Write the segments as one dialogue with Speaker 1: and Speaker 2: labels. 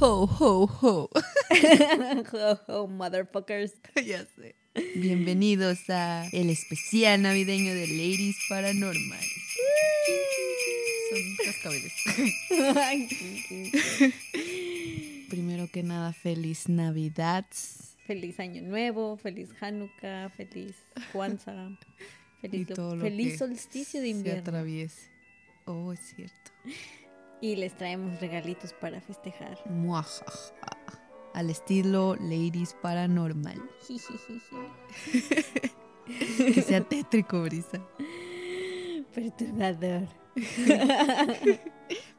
Speaker 1: Ho, ho, ho.
Speaker 2: oh, oh, motherfuckers.
Speaker 1: ya sé. Bienvenidos a el especial navideño de Ladies Paranormal. Son cascabeles. Primero que nada, feliz Navidad.
Speaker 2: feliz año nuevo, feliz Hanukkah, feliz Kwanzaa,
Speaker 1: Y
Speaker 2: feliz, lo-
Speaker 1: todo lo
Speaker 2: feliz
Speaker 1: que
Speaker 2: solsticio de
Speaker 1: Se
Speaker 2: invierno.
Speaker 1: atraviese. Oh, es cierto.
Speaker 2: Y les traemos regalitos para festejar.
Speaker 1: Muajaja. Al estilo Ladies Paranormal.
Speaker 2: Jijijiji.
Speaker 1: Que sea tétrico, Brisa.
Speaker 2: Perturbador.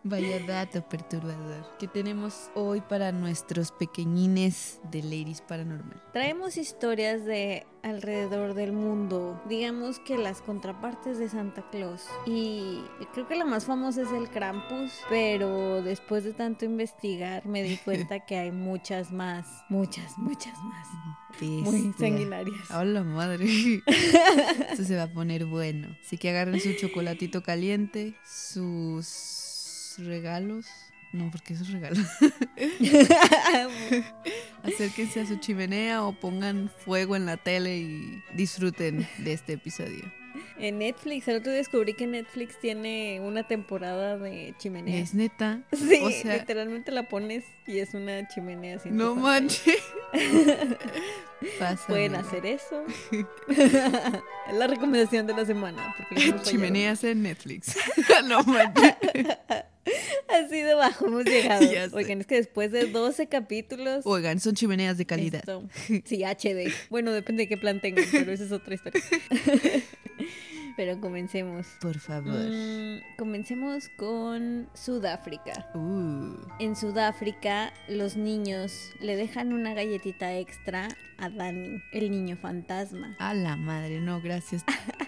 Speaker 1: Vaya dato perturbador que tenemos hoy para nuestros pequeñines de Ladies Paranormal.
Speaker 2: Traemos historias de alrededor del mundo, digamos que las contrapartes de Santa Claus. Y creo que la más famosa es el Krampus, pero después de tanto investigar me di cuenta que hay muchas más, muchas, muchas más. Muy
Speaker 1: Bestia.
Speaker 2: sanguinarias.
Speaker 1: ¡A la madre! Esto se va a poner bueno. Así que agarren su chocolatito caliente, sus regalos. No, porque esos regalos. Acérquense a su chimenea o pongan fuego en la tele y disfruten de este episodio.
Speaker 2: en Netflix, el otro día descubrí que Netflix tiene una temporada de chimeneas.
Speaker 1: Es neta.
Speaker 2: Sí,
Speaker 1: o sea-
Speaker 2: literalmente la pones y es una chimenea sin
Speaker 1: No
Speaker 2: tu
Speaker 1: manches.
Speaker 2: pantalla.
Speaker 1: Pásamela.
Speaker 2: pues, Pueden hacer eso. es la recomendación de la semana. Porque les hemos fallado.
Speaker 1: Chimeneas en Netflix. no manches.
Speaker 2: Así de bajo hemos llegado.
Speaker 1: Ya sé.
Speaker 2: Oigan, es que después de 12 capítulos.
Speaker 1: Oigan, son chimeneas de calidad.
Speaker 2: esto- sí, HD. Bueno, depende de qué plan tengan, pero esa es otra historia. pero comencemos.
Speaker 1: Por favor.
Speaker 2: Mm, comencemos con Sudáfrica.
Speaker 1: Uh,
Speaker 2: En Sudáfrica, los niños le dejan una galletita extra a Dani, el niño fantasma.
Speaker 1: a la madre, no, gracias,
Speaker 2: Ah,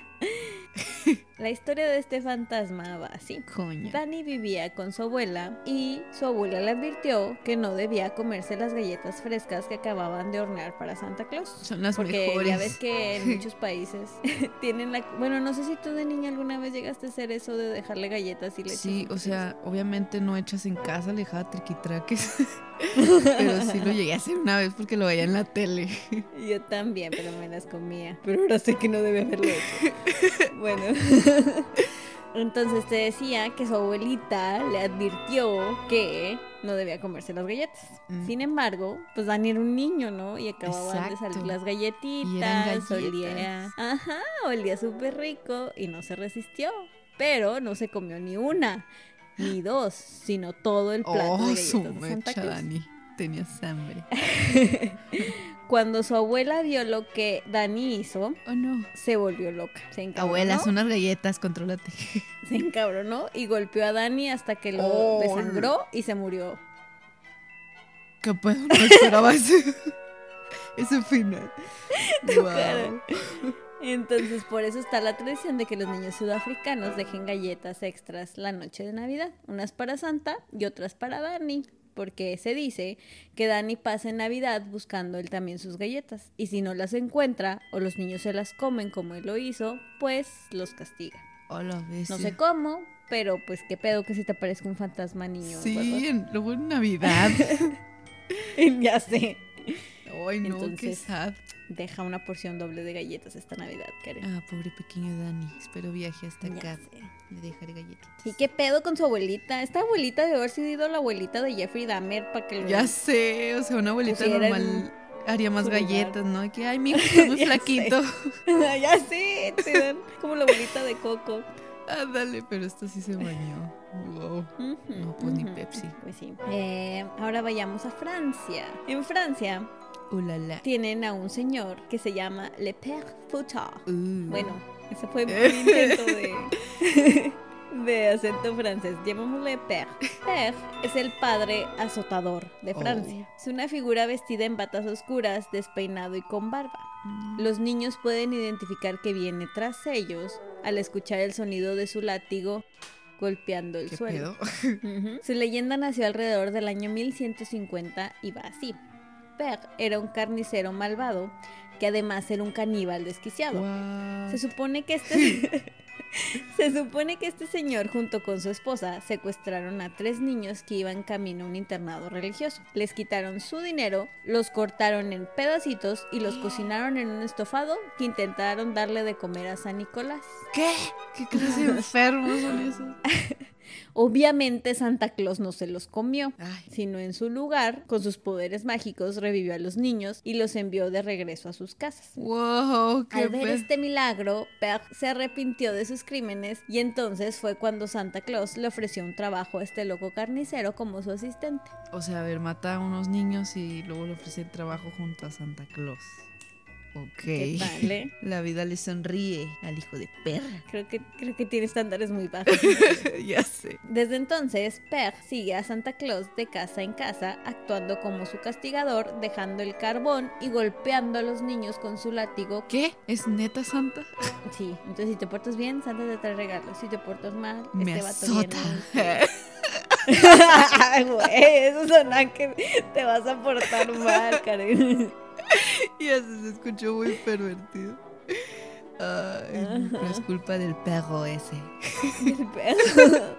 Speaker 2: La historia de este fantasma va así.
Speaker 1: coño.
Speaker 2: Dani vivía con su abuela y su abuela le advirtió que no debía comerse las galletas frescas que acababan de hornear para Santa Claus.
Speaker 1: Son las
Speaker 2: Porque ya
Speaker 1: mejores.
Speaker 2: ves que en muchos países tienen la... Bueno, no sé si tú de niña alguna vez llegaste a hacer eso de dejarle galletas y leche.
Speaker 1: Sí,
Speaker 2: Santa
Speaker 1: o
Speaker 2: Claus.
Speaker 1: sea, obviamente no hechas en casa, le dejaba triquitraques. Pero sí lo llegué a hacer una vez porque lo veía en la tele.
Speaker 2: Yo también, pero me las comía. Pero ahora sé que no debe haberlo hecho. Bueno. Entonces te decía que su abuelita le advirtió que no debía comerse las galletas.
Speaker 1: Mm.
Speaker 2: Sin embargo, pues Dani era un niño, ¿no? Y acababan de
Speaker 1: Exacto.
Speaker 2: salir las galletitas.
Speaker 1: Y eran galletas.
Speaker 2: Olía. Ajá, olía súper rico y no se resistió. Pero no se comió ni una, ni dos, sino todo el plato de
Speaker 1: Oh,
Speaker 2: galletas
Speaker 1: su
Speaker 2: de Santa
Speaker 1: mecha,
Speaker 2: Claus.
Speaker 1: Dani. Tenías hambre.
Speaker 2: Cuando su abuela vio lo que Dani hizo,
Speaker 1: Oh, no.
Speaker 2: se volvió loca. Se encabronó,
Speaker 1: Abuela, son unas galletas, contrólate.
Speaker 2: se encabronó y golpeó a Dani hasta que lo
Speaker 1: Oh,
Speaker 2: desangró y se murió.
Speaker 1: Capaz no esperaba ese, ese final.
Speaker 2: cara.
Speaker 1: Wow.
Speaker 2: Entonces, por eso está la tradición de que los niños sudafricanos dejen galletas extras la noche de Navidad, unas para Santa y otras para Dani, porque se dice que Dani pasa en Navidad buscando él también sus galletas, y si no las encuentra o los niños se las comen como él lo hizo, pues los castiga.
Speaker 1: Hola,
Speaker 2: No
Speaker 1: bestia.
Speaker 2: sé cómo, pero pues qué pedo que si te aparezca un fantasma niño.
Speaker 1: Sí,
Speaker 2: ¿verdad?
Speaker 1: en, luego en Navidad.
Speaker 2: ya sé.
Speaker 1: Ay, no, qué
Speaker 2: Entonces-
Speaker 1: sad.
Speaker 2: Deja una porción doble de galletas esta Navidad, Karen.
Speaker 1: Ah, pobre pequeño Dani. Espero viaje hasta
Speaker 2: Ya
Speaker 1: acá.
Speaker 2: sé.
Speaker 1: Le dejaré galletitas.
Speaker 2: ¿Y qué pedo con su abuelita? Esta abuelita debe haber sido la abuelita de Jeffrey Dahmer para que lo...
Speaker 1: Ya sé, o sea, una abuelita
Speaker 2: Pusiera en
Speaker 1: normal haría más
Speaker 2: su lugar.
Speaker 1: galletas, ¿no? Que, ay, mi hijo está muy
Speaker 2: Ya sé.
Speaker 1: flaquito.
Speaker 2: ya sé, te dan como la abuelita de Coco.
Speaker 1: Ándale, Ah, pero esta sí se bañó. Wow.
Speaker 2: Ujú,
Speaker 1: No, pues, ni
Speaker 2: ujú.
Speaker 1: Pepsi.
Speaker 2: Pues sí. Eh, ahora vayamos a Francia. En Francia
Speaker 1: Ulala.
Speaker 2: tienen a un señor que se llama Le Père Foutard.
Speaker 1: Uh.
Speaker 2: Bueno, ese fue mi intento de, de acento francés. Llamémosle Père. Père es el padre azotador de
Speaker 1: Oh.
Speaker 2: Francia. Es una figura vestida en batas oscuras, despeinado y con barba.
Speaker 1: Mm.
Speaker 2: Los niños pueden identificar que viene tras ellos al escuchar el sonido de su látigo golpeando el
Speaker 1: ¿Qué
Speaker 2: suelo.
Speaker 1: pedo?
Speaker 2: Ujú. Su leyenda nació alrededor del año 1150 y va así. Père era un carnicero malvado que además era un caníbal desquiciado.
Speaker 1: What?
Speaker 2: Se supone que este Se supone que este señor, junto con su esposa, secuestraron a tres niños que iban camino a un internado religioso. Les quitaron su dinero, los cortaron en pedacitos y los cocinaron en un estofado que intentaron darle de comer a San Nicolás.
Speaker 1: ¿Qué? ¿Qué clase de enfermos son esos?
Speaker 2: Obviamente Santa Claus no se los comió,
Speaker 1: Ay.
Speaker 2: sino en su lugar, con sus poderes mágicos, revivió a los niños y los envió de regreso a sus casas.
Speaker 1: Wow, qué
Speaker 2: Al ver
Speaker 1: pe-
Speaker 2: este milagro, Peg se arrepintió de sus crímenes y entonces fue cuando Santa Claus le ofreció un trabajo a este loco carnicero como su asistente.
Speaker 1: O sea, a ver, mata a unos niños y luego le ofrece trabajo junto a Santa Claus. Ok.
Speaker 2: ¿Qué tal, eh?
Speaker 1: La vida le sonríe al hijo de perra.
Speaker 2: Creo que, creo que tiene estándares muy bajos.
Speaker 1: ya sé.
Speaker 2: Desde entonces, Peg sigue a Santa Claus de casa en casa, actuando como su castigador, dejando el carbón y golpeando a los niños con su látigo.
Speaker 1: ¿Qué? ¿Es neta Santa?
Speaker 2: Sí, entonces si te portas bien, Santa te trae regalos. Si te portas mal,
Speaker 1: Me
Speaker 2: este vato
Speaker 1: azota.
Speaker 2: viene. Ay, güey, eso suena que te vas a portar mal, Karen.
Speaker 1: ya se, se escuchó muy pervertido. Ay, no es culpa del perro ese.
Speaker 2: El perro.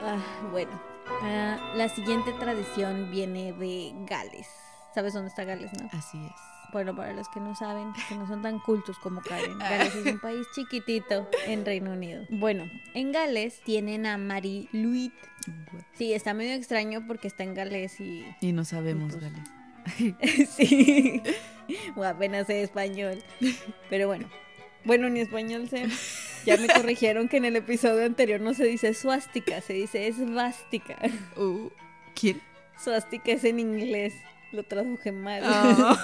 Speaker 2: Ah, bueno, Ah, la siguiente tradición viene de Gales. ¿Sabes dónde está Gales, no?
Speaker 1: Así es.
Speaker 2: Bueno, para los que no saben, que no son tan cultos como Karen, Gales es un país chiquitito en Reino Unido. Bueno, en Gales tienen a Marie Louise. Sí, está medio extraño porque está en Gales y
Speaker 1: Y no sabemos,
Speaker 2: Pues-
Speaker 1: Gale.
Speaker 2: Sí. O apenas sé español. Pero bueno. Bueno, ni español sé. Ya me corrigieron que en el episodio anterior no se dice suástica, se dice esvástica.
Speaker 1: Uh, ¿Quién?
Speaker 2: Suástica es en inglés. Lo traduje mal.
Speaker 1: Ah.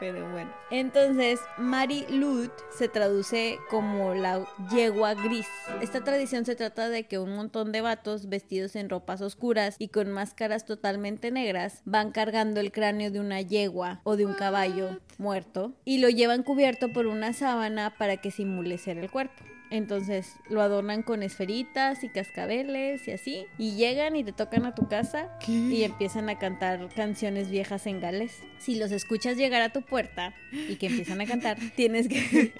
Speaker 2: Pero bueno. Entonces, Mary Lut se traduce como la yegua gris. Esta tradición se trata de que un montón de vatos vestidos en ropas oscuras y con máscaras totalmente negras van cargando el cráneo de una yegua o de un caballo muerto y lo llevan cubierto por una sábana para que simule ser el cuerpo. Entonces lo adornan con esferitas y cascabeles y así. Y llegan y te tocan a tu casa
Speaker 1: ¿Qué?
Speaker 2: y empiezan a cantar canciones viejas en galés. Si los escuchas llegar a tu puerta y que empiezan a cantar, tienes que,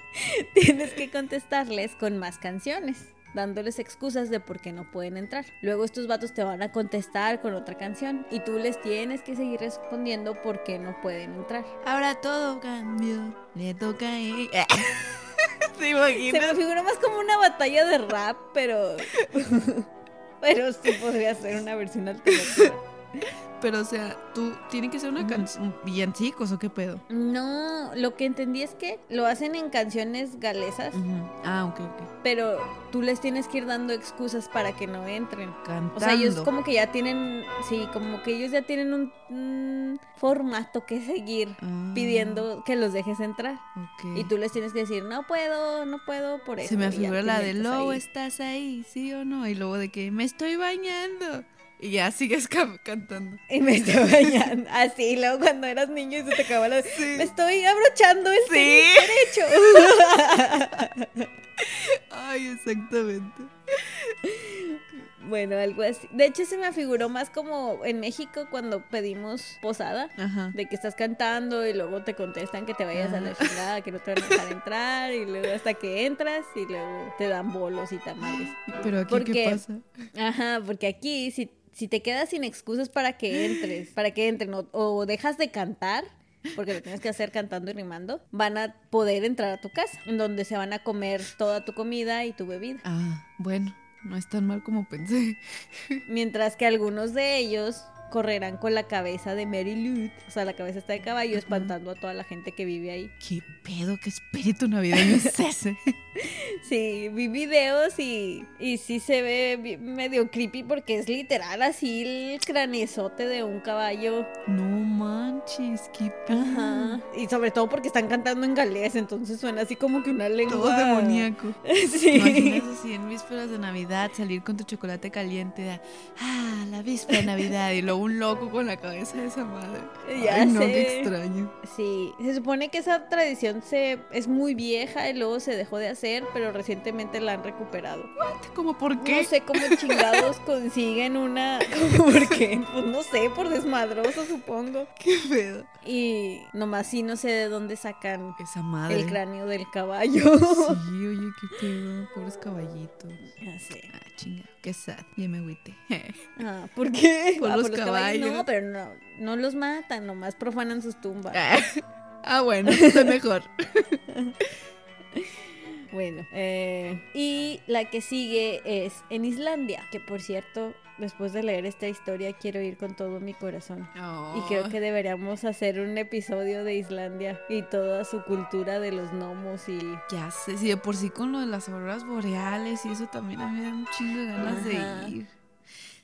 Speaker 2: tienes que contestarles con más canciones dándoles excusas de por qué no pueden entrar. Luego estos vatos te van a contestar con otra canción y tú les tienes que seguir respondiendo por qué no pueden entrar.
Speaker 1: Ahora todo cambió. Le toca a él. ¿Te
Speaker 2: Se
Speaker 1: imaginas?
Speaker 2: me figura más como una batalla de rap, pero... pero sí podría ser una versión alternativa.
Speaker 1: Pero, o sea, tú. ¿Tiene que ser una
Speaker 2: Ujú.
Speaker 1: canción. ¿Villancicos o qué pedo?
Speaker 2: No, lo que entendí es que lo hacen en canciones galesas,
Speaker 1: Ujú. Ah, ok, ok.
Speaker 2: pero tú les tienes que ir dando excusas para que no entren.
Speaker 1: Cantando.
Speaker 2: O sea, ellos como que ya tienen, sí, como que ellos ya tienen un, un formato que seguir
Speaker 1: Ah,
Speaker 2: pidiendo que los dejes entrar.
Speaker 1: ok.
Speaker 2: Y tú les tienes que decir, no puedo, no puedo, por eso.
Speaker 1: Se me
Speaker 2: y ya
Speaker 1: figura
Speaker 2: te
Speaker 1: la de
Speaker 2: sientas
Speaker 1: Lobo,
Speaker 2: ahí.
Speaker 1: ¿estás ahí? ¿Sí o no? Y luego de que me estoy bañando. Y ya sigues ca- cantando.
Speaker 2: Y me estoy bañando. Así, luego cuando eras niño y se te acababa la... Me estoy abrochando el tenis
Speaker 1: Sí.
Speaker 2: derecho.
Speaker 1: Ay, exactamente.
Speaker 2: Bueno, algo así. De hecho, se me figuró más como en México cuando pedimos posada.
Speaker 1: Ajá.
Speaker 2: De que estás cantando y luego te contestan que te vayas a la
Speaker 1: Ah.
Speaker 2: chingada, que no te van a dejar entrar, y luego hasta que entras y luego te dan bolos y tamales.
Speaker 1: Pero aquí,
Speaker 2: ¿Por
Speaker 1: ¿qué,
Speaker 2: qué?
Speaker 1: pasa?
Speaker 2: Ajá, porque aquí si, si te quedas sin excusas para que entres, para que entren, o, o dejas de cantar, porque lo tienes que hacer cantando y rimando, van a poder entrar a tu casa, en donde se van a comer toda tu comida y tu bebida.
Speaker 1: Ah, bueno, no es tan mal como pensé.
Speaker 2: Mientras que algunos de ellos correrán con la cabeza de Mary Lou, o sea, la cabeza está de caballo, espantando a toda la gente que vive ahí.
Speaker 1: ¿Qué pedo? ¿Qué espíritu navideño es ese?
Speaker 2: Sí, vi videos y, y sí se ve bi- medio creepy porque es literal así el cranezote de un caballo.
Speaker 1: No manches, qué pedo.
Speaker 2: Ajá. Y sobre todo porque están cantando en galés, entonces suena así como que una lengua.
Speaker 1: Todo demoníaco. ¿Te
Speaker 2: Sí.
Speaker 1: Imaginas así en vísperas de Navidad salir con tu chocolate caliente, ah, la víspera de Navidad y luego un loco con la cabeza de esa madre.
Speaker 2: Ya
Speaker 1: Ay, no,
Speaker 2: sé.
Speaker 1: qué extraño.
Speaker 2: Sí, se supone que esa tradición se, es muy vieja y luego se dejó de hacer, pero recientemente la han recuperado.
Speaker 1: Como por qué.
Speaker 2: No sé cómo chingados consiguen una... ¿Cómo ¿Por qué? Pues no sé, por desmadroso supongo.
Speaker 1: Qué pedo.
Speaker 2: Y nomás sí no sé de dónde sacan
Speaker 1: Esa madre.
Speaker 2: el cráneo del caballo.
Speaker 1: Sí, oye, qué pedo. Pobres caballitos.
Speaker 2: Ya sé.
Speaker 1: Ah, chinga. Qué sad. Ya me agüité.
Speaker 2: Ah, ¿por qué?
Speaker 1: Por
Speaker 2: Ah,
Speaker 1: los
Speaker 2: No,
Speaker 1: caballos.
Speaker 2: pero no, no los matan, nomás profanan sus tumbas.
Speaker 1: ah, bueno, está mejor.
Speaker 2: Bueno, eh, y la que sigue es en Islandia, que por cierto, después de leer esta historia quiero ir con todo mi corazón. Y creo que deberíamos hacer un episodio de Islandia y toda su cultura de los gnomos y...
Speaker 1: Ya sé, si de por sí con lo de las auroras boreales y eso también a mí me dan un chingo de ganas
Speaker 2: Ajá.
Speaker 1: de ir.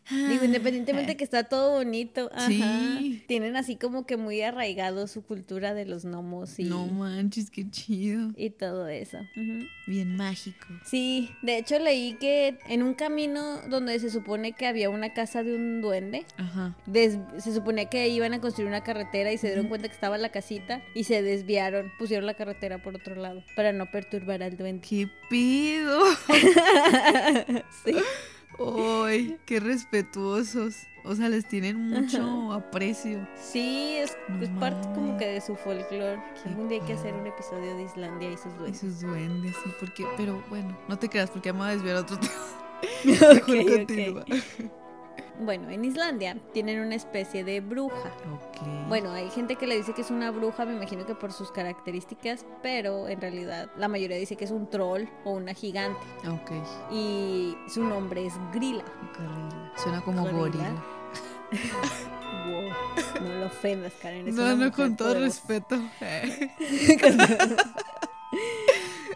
Speaker 1: Ah,
Speaker 2: Digo, independientemente que está todo bonito, ajá,
Speaker 1: Sí.
Speaker 2: tienen así como que muy arraigado su cultura de los gnomos y,
Speaker 1: No manches, qué chido.
Speaker 2: y todo eso. Ujú.
Speaker 1: Bien mágico.
Speaker 2: Sí, de hecho leí que en un camino donde se supone que había una casa de un duende,
Speaker 1: Ajá.
Speaker 2: des- se suponía que iban a construir una carretera y se dieron cuenta que estaba la casita y se desviaron, pusieron la carretera por otro lado para no perturbar al duende.
Speaker 1: ¿Qué pido?
Speaker 2: sí.
Speaker 1: ¡Ay! ¡Qué respetuosos! O sea, les tienen mucho aprecio.
Speaker 2: Sí, es,
Speaker 1: No
Speaker 2: es parte
Speaker 1: mames.
Speaker 2: como que de su folclore.
Speaker 1: Qué
Speaker 2: Algún día hay que hacer
Speaker 1: padre.
Speaker 2: un episodio de Islandia y sus
Speaker 1: Y
Speaker 2: duendes.
Speaker 1: sus duendes, sí, porque. Pero bueno, no te creas, porque me voy a desviar a otro tema.
Speaker 2: Ok,
Speaker 1: Mejor
Speaker 2: ok.
Speaker 1: continúa.
Speaker 2: Bueno, en Islandia tienen una especie de bruja.
Speaker 1: Ok.
Speaker 2: Bueno, hay gente que le dice que es una bruja, me imagino que por sus características, pero en realidad la mayoría dice que es un troll o una gigante.
Speaker 1: Ok.
Speaker 2: Y su nombre es Grilla.
Speaker 1: Gorila. Suena como
Speaker 2: Gorila.
Speaker 1: gorila.
Speaker 2: Wow, no lo ofendas, Karen. es una
Speaker 1: No, no,
Speaker 2: mujer
Speaker 1: con todo
Speaker 2: poderosa.
Speaker 1: respeto.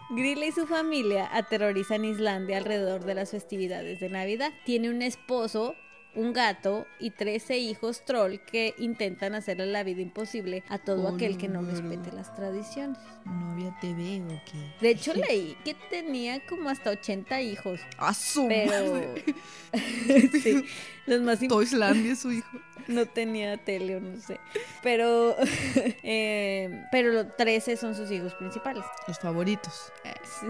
Speaker 2: Grilla y su familia aterrorizan Islandia alrededor de las festividades de Navidad. Tiene un esposo, un gato y 13 hijos troll que intentan hacerle la vida imposible a todo
Speaker 1: Oh,
Speaker 2: aquel que no
Speaker 1: no.
Speaker 2: respete las tradiciones.
Speaker 1: ¿Novia te veo o qué?
Speaker 2: De hecho, leí que tenía como hasta 80 hijos,
Speaker 1: ¡A su
Speaker 2: pero...
Speaker 1: madre!
Speaker 2: sí, los más importantes.
Speaker 1: Toyslandia es su hijo.
Speaker 2: No tenía tele o no sé. Pero, eh, pero los 13 son sus hijos principales.
Speaker 1: Los favoritos.
Speaker 2: Sí,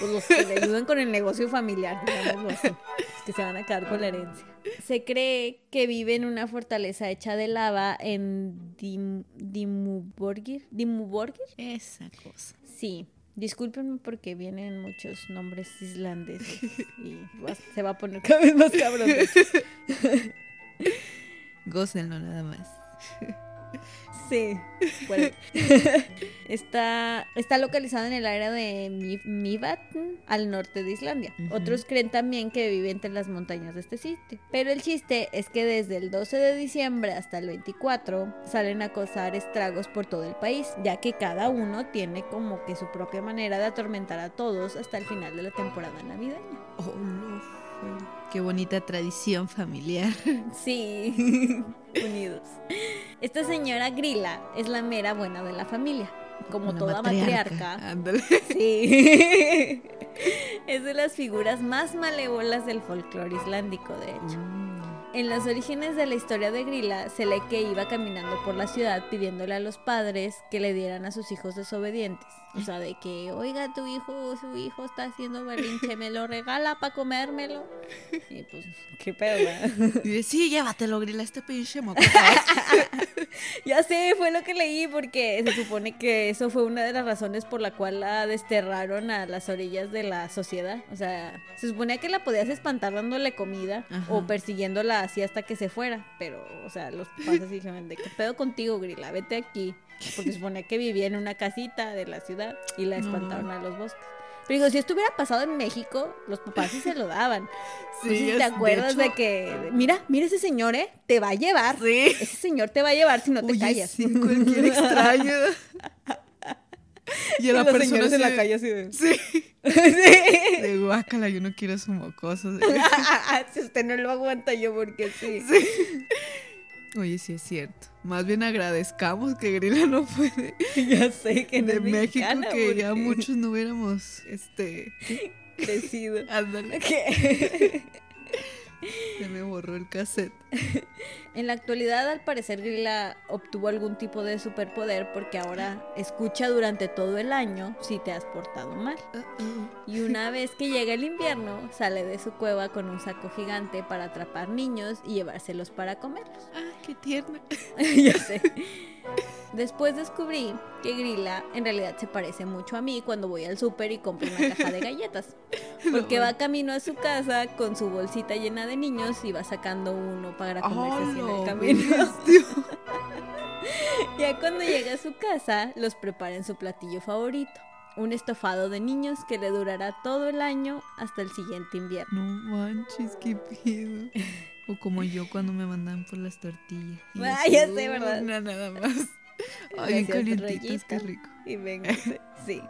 Speaker 2: pues los que le ayudan con el negocio familiar, digámoslo así. Los que se van a quedar con la herencia. Se cree que vive en una fortaleza hecha de lava en Dim, Dimuborgir. ¿Dimuborgir?
Speaker 1: Esa cosa.
Speaker 2: Sí. Discúlpenme porque vienen muchos nombres islandeses y va- se va a poner cada vez más cabrón. de hecho.
Speaker 1: Gócenlo nada más.
Speaker 2: Sí. Bueno. está, está localizado en el área de Mi- Mývatn, al norte de Islandia.
Speaker 1: Ujú.
Speaker 2: Otros creen también que vive entre las montañas de este sitio. Pero el chiste es que desde el 12 de diciembre hasta el 24 salen a causar estragos por todo el país, ya que cada uno tiene como que su propia manera de atormentar a todos hasta el final de la temporada navideña.
Speaker 1: Oh, no, fue- Qué bonita tradición familiar.
Speaker 2: Sí, unidos. Esta señora Grilla es la mera buena de la familia. Como
Speaker 1: La
Speaker 2: toda matriarca, Ah.
Speaker 1: Ándale.
Speaker 2: Sí. es de las figuras más malévolas del folclore islandico, de hecho.
Speaker 1: Mm,
Speaker 2: En los orígenes de la historia de Grilla se lee que iba caminando por la ciudad pidiéndole a los padres que le dieran a sus hijos desobedientes. O sea, de que, oiga, tu hijo, su hijo está haciendo berrinche, me lo regala para comérmelo. Y pues, qué pedo, ¿verdad?
Speaker 1: Y dice, sí, llévatelo, grila, este pinche moco.
Speaker 2: Ya sé, fue lo que leí porque se supone que eso fue una de las razones por la cual la desterraron a las orillas de la sociedad. O sea, se suponía que la podías espantar dándole comida
Speaker 1: Ajá.
Speaker 2: o persiguiéndola así hasta que se fuera. Pero, o sea, los padres dijeron de qué pedo contigo, Grila, vete aquí. Porque se suponía que vivía en una casita de la ciudad y la
Speaker 1: No
Speaker 2: espantaron
Speaker 1: mames.
Speaker 2: a los bosques. Pero digo, si esto hubiera pasado en México, los papás sí se lo daban. No sé si
Speaker 1: es-
Speaker 2: te acuerdas de,
Speaker 1: hecho,
Speaker 2: que, mira, mira ese señor, ¿eh? Te va a llevar.
Speaker 1: Sí.
Speaker 2: Ese señor te va a llevar si no te
Speaker 1: Oye,
Speaker 2: callas.
Speaker 1: sí, cualquier extraño. Y a la persona así de-
Speaker 2: así de...
Speaker 1: Sí.
Speaker 2: Sí.
Speaker 1: De guácala, yo no quiero su mocoso.
Speaker 2: si usted no lo aguanta yo porque sí.
Speaker 1: Oye, sí es cierto. Más bien agradezcamos que Grila no fue de,
Speaker 2: Ya sé que no
Speaker 1: de
Speaker 2: es
Speaker 1: México,
Speaker 2: mexicana,
Speaker 1: que ya
Speaker 2: porque-
Speaker 1: muchos no hubiéramos, este,
Speaker 2: crecido.
Speaker 1: ándale.
Speaker 2: Ok.
Speaker 1: Se me borró el cassette.
Speaker 2: En la actualidad, al parecer, Grilla obtuvo algún tipo de superpoder porque ahora escucha durante todo el año si te has portado mal. Y una vez que llega el invierno, sale de su cueva con un saco gigante para atrapar niños y llevárselos para comerlos.
Speaker 1: Ah, qué tierna.
Speaker 2: ya sé. Después descubrí que Grilla en realidad se parece mucho a mí cuando voy al súper y compro una caja de galletas. Porque va camino a su casa con su bolsita llena de niños y va sacando uno para
Speaker 1: Ah,
Speaker 2: comerse así en el
Speaker 1: Pues
Speaker 2: camino. Ya cuando llega a su casa, los prepara en su platillo favorito. Un estofado de niños que le durará todo el año hasta el siguiente invierno.
Speaker 1: No manches, qué pedo. O como yo cuando me mandan por las tortillas. Y yo
Speaker 2: Ah, ya
Speaker 1: así,
Speaker 2: sé,
Speaker 1: "Uh,
Speaker 2: ¿verdad?"
Speaker 1: Una nada más. Ay, bien
Speaker 2: Gracias,
Speaker 1: calientitas,
Speaker 2: rollita.
Speaker 1: qué rico.
Speaker 2: Y venga, sí.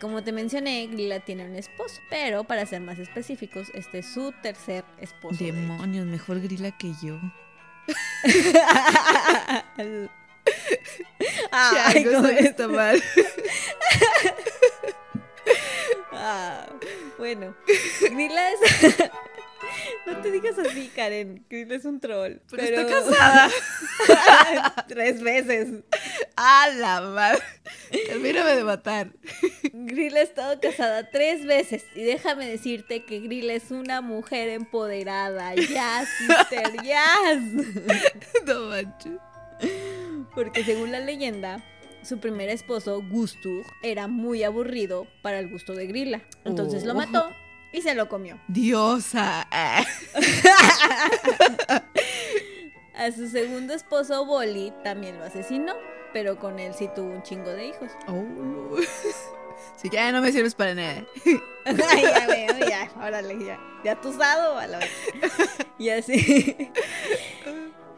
Speaker 2: Como te mencioné, Glila tiene un esposo, pero para ser más específicos, este es su tercer esposo. de hecho.
Speaker 1: Demonios, mejor grila que yo.
Speaker 2: Ay,
Speaker 1: Algo
Speaker 2: cómo
Speaker 1: se me
Speaker 2: es.
Speaker 1: está mal.
Speaker 2: Ah, bueno, Grilla es. no te digas así, Karen. Grilla es un troll.
Speaker 1: Pero, está casada.
Speaker 2: casada. Tres veces.
Speaker 1: A la madre. Termíname de matar.
Speaker 2: Grilla ha estado casada tres veces. Y déjame decirte que Grilla es una mujer empoderada. Ya, sister, ya.
Speaker 1: No manches.
Speaker 2: Porque según la leyenda, su primer esposo, Gustur, era muy aburrido para el gusto de Grilla. Entonces lo
Speaker 1: Oh.
Speaker 2: mató y se lo comió.
Speaker 1: Diosa. Ah.
Speaker 2: A su segundo esposo, Boli, también lo asesinó, pero con él sí tuvo un chingo de hijos.
Speaker 1: Oh, no. Si ya no me sirves para nada.
Speaker 2: Ay, ya veo, ya, órale, ya. Ya tusado, a la vez. Y así.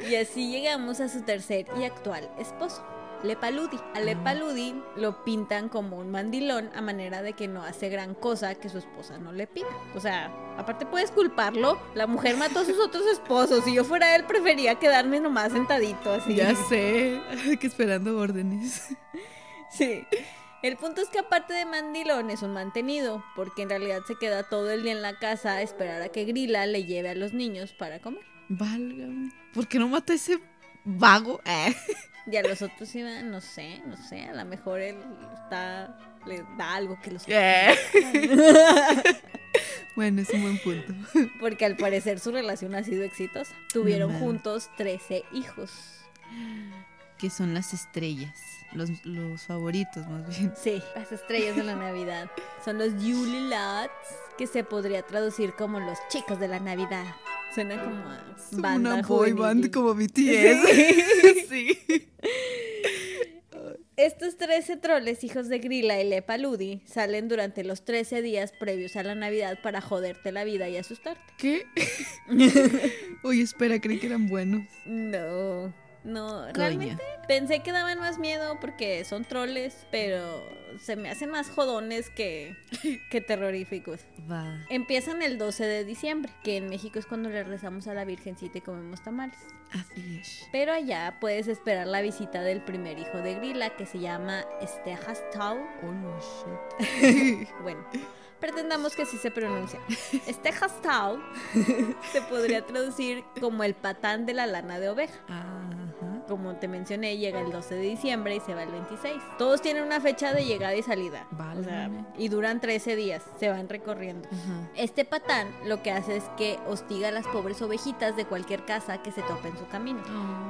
Speaker 2: Y así llegamos a su tercer y actual esposo, Lepaludi. A Lepaludi lo pintan como un mandilón a manera de que no hace gran cosa que su esposa no le pida. O sea, aparte puedes culparlo, la mujer mató a sus otros esposos. Si yo fuera él, prefería quedarme nomás sentadito así.
Speaker 1: Ya sé. Que esperando órdenes.
Speaker 2: Sí. El punto es que aparte de mandilón es un mantenido, porque en realidad se queda todo el día en la casa a esperar a que Grila le lleve a los niños para comer.
Speaker 1: Válgame. ¿Por qué no mata a ese vago? Ah.
Speaker 2: Y a los otros iban, no sé, no sé, a lo mejor él está, le da algo que los...
Speaker 1: Eh. Bueno, es un buen punto.
Speaker 2: Porque al parecer su relación ha sido exitosa. Tuvieron
Speaker 1: mames.
Speaker 2: juntos 13 hijos.
Speaker 1: Que son las estrellas. Los, los favoritos, más bien.
Speaker 2: Sí, las estrellas de la Navidad. Son los Yuli Lads, que se podría traducir como los chicos de la Navidad. Suena como a
Speaker 1: Es
Speaker 2: banda
Speaker 1: una boy
Speaker 2: juvenil.
Speaker 1: band como mi Sí.
Speaker 2: Estos 13 troles, hijos de Grilla y Lepaludi, salen durante los 13 días previos a la Navidad para joderte la vida y asustarte.
Speaker 1: ¿Qué? Oye, espera, creí que eran buenos.
Speaker 2: No, no,
Speaker 1: Coño.
Speaker 2: realmente pensé que daban más miedo porque son troles, pero se me hacen más jodones que, que terroríficos.
Speaker 1: Va.
Speaker 2: Empiezan el 12 de diciembre, que en México es cuando le rezamos a la Virgencita y comemos tamales.
Speaker 1: Así es.
Speaker 2: Pero allá puedes esperar la visita del primer hijo de Grilla, que se llama Estejastau.
Speaker 1: Oh, no, shit.
Speaker 2: Bueno, pretendamos que sí se pronuncia. Este hashtag se podría traducir como el patán de la lana de oveja.
Speaker 1: Ajá.
Speaker 2: Como te mencioné, llega el 12 de diciembre y se va el 26. Todos tienen una fecha de llegada y salida. O sea,
Speaker 1: Válgame.
Speaker 2: y duran 13 días, se van recorriendo.
Speaker 1: Ajá.
Speaker 2: Este patán lo que hace es que hostiga a las pobres ovejitas de cualquier casa que se tope en su camino.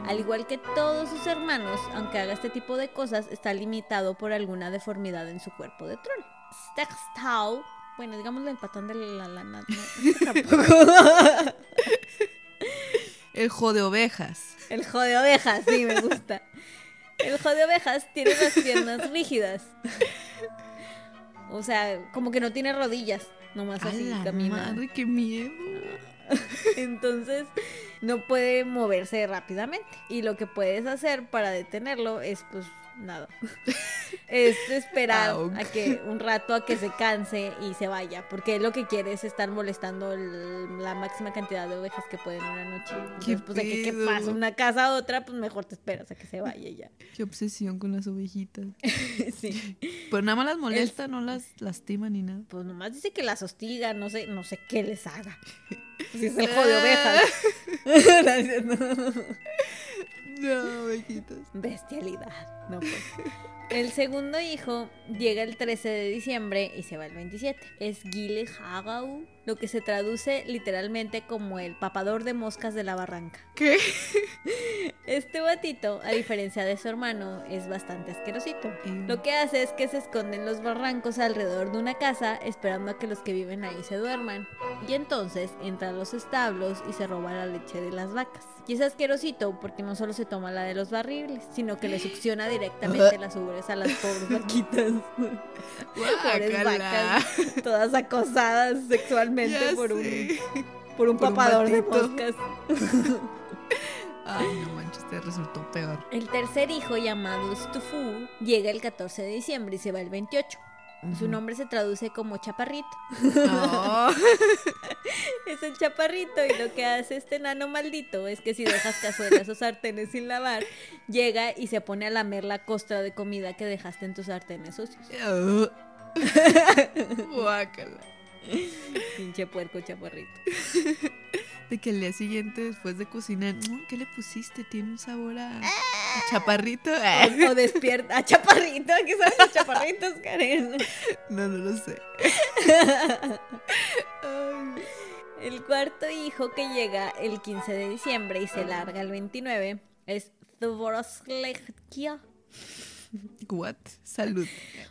Speaker 2: Al igual que todos sus hermanos, aunque haga este tipo de cosas, está limitado por alguna deformidad en su cuerpo de troll. Stextau, bueno, digámosle el patán de la lana. ¿no? Tampoco.
Speaker 1: El jo de ovejas.
Speaker 2: El jo de ovejas, sí, me gusta. El jo de ovejas tiene las piernas rígidas. O sea, como que no tiene rodillas, nomás
Speaker 1: A
Speaker 2: así
Speaker 1: la
Speaker 2: camina.
Speaker 1: madre, qué miedo.
Speaker 2: Entonces no puede moverse rápidamente. Y lo que puedes hacer para detenerlo es pues nada. es esperar
Speaker 1: Auk.
Speaker 2: a que un rato a que se canse y se vaya, porque él lo que quiere es estar molestando el- la máxima cantidad de ovejas que pueden en una noche. Entonces, pues de que, que
Speaker 1: pedo?
Speaker 2: pasa una casa a otra, pues mejor te esperas a que se vaya y ya.
Speaker 1: Qué obsesión con las ovejitas.
Speaker 2: sí.
Speaker 1: Pero nada más las molesta, no las lastima ni nada.
Speaker 2: Pues nomás dice que las hostiga, no sé, no sé qué les haga. Si es el juego de ovejas. Gracias, no.
Speaker 1: No, ovejitas.
Speaker 2: Bestialidad. No, pues. El segundo hijo llega el 13 de diciembre y se va el 27. Es Gile Hagau, lo que se traduce literalmente como el papador de moscas de la barranca.
Speaker 1: ¿Qué?
Speaker 2: Este batito, a diferencia de su hermano, es bastante asquerosito.
Speaker 1: Ew.
Speaker 2: Lo que hace es que se esconde en los barrancos alrededor de una casa esperando a que los que viven ahí se duerman. Y entonces entra a los establos y se roba la leche de las vacas. Y es asquerosito porque no solo se toma la de los barriles, sino que le succiona directamente las ubres a las pobres vaquitas. pobres
Speaker 1: Guácala.
Speaker 2: vacas, todas acosadas sexualmente
Speaker 1: Ya
Speaker 2: por un,
Speaker 1: sé.
Speaker 2: por un
Speaker 1: Por un
Speaker 2: papador de
Speaker 1: batito.
Speaker 2: moscas.
Speaker 1: Ay, no manches, te resultó peor.
Speaker 2: El tercer hijo, llamado Stufu, llega el 14 de diciembre y se va el 28. Su nombre se traduce como chaparrito.
Speaker 1: No.
Speaker 2: Es el chaparrito y lo que hace este nano maldito es que si dejas cazuelas o sartenes sin lavar, llega y se pone a lamer la costra de comida que dejaste en tus sartenes sucios.
Speaker 1: Guácala.
Speaker 2: Pinche puerco chaparrito.
Speaker 1: De que el día siguiente, después de cocinar, "Mm, ¿qué le pusiste? Tiene un sabor a, a chaparrito. Ah,
Speaker 2: O, o despierta. ¡Ah, chaparrito! ¿Qué sabes los chaparritos, Karen?
Speaker 1: No, no lo sé. Ay.
Speaker 2: El cuarto hijo que llega el 15 de diciembre y se larga el 29 es Zvoroslekia,
Speaker 1: What? Salud.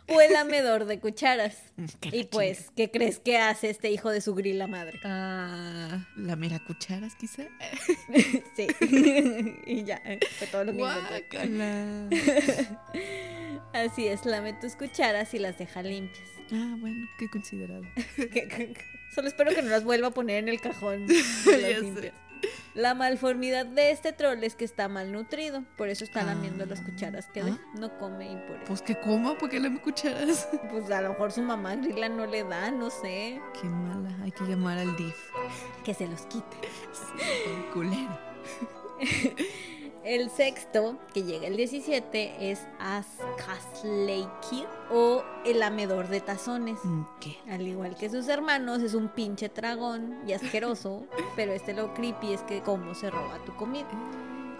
Speaker 2: o el lamedor de cucharas.
Speaker 1: Mm, que la
Speaker 2: Y pues, ¿qué crees que hace este hijo de su grila madre?
Speaker 1: chinga. Ah, la mera cucharas, quizá.
Speaker 2: Sí. y ya, eh, fue todo lo que encontré.
Speaker 1: Guácala.
Speaker 2: Así es, lame tus cucharas y las deja limpias.
Speaker 1: Ah, bueno, qué considerado.
Speaker 2: Solo espero que no las vuelva a poner en el cajón. de las
Speaker 1: Ya sé.
Speaker 2: limpias. La malformidad de este troll es que está malnutrido, por eso está lamiendo las cucharas que
Speaker 1: Ah.
Speaker 2: deja. No come y por eso.
Speaker 1: Pues que coma, porque le me cucharas.
Speaker 2: Pues a lo mejor su mamá grila no le da, no sé.
Speaker 1: Qué mala, hay que llamar al DIF.
Speaker 2: Que se los quite.
Speaker 1: Sí, culera.
Speaker 2: El sexto, que llega el 17, es Askasleiki o el lamedor de tazones.
Speaker 1: Mm, ¿Qué?
Speaker 2: Al igual que sus hermanos, es un pinche tragón y asqueroso, pero este lo creepy es que cómo se roba tu comida.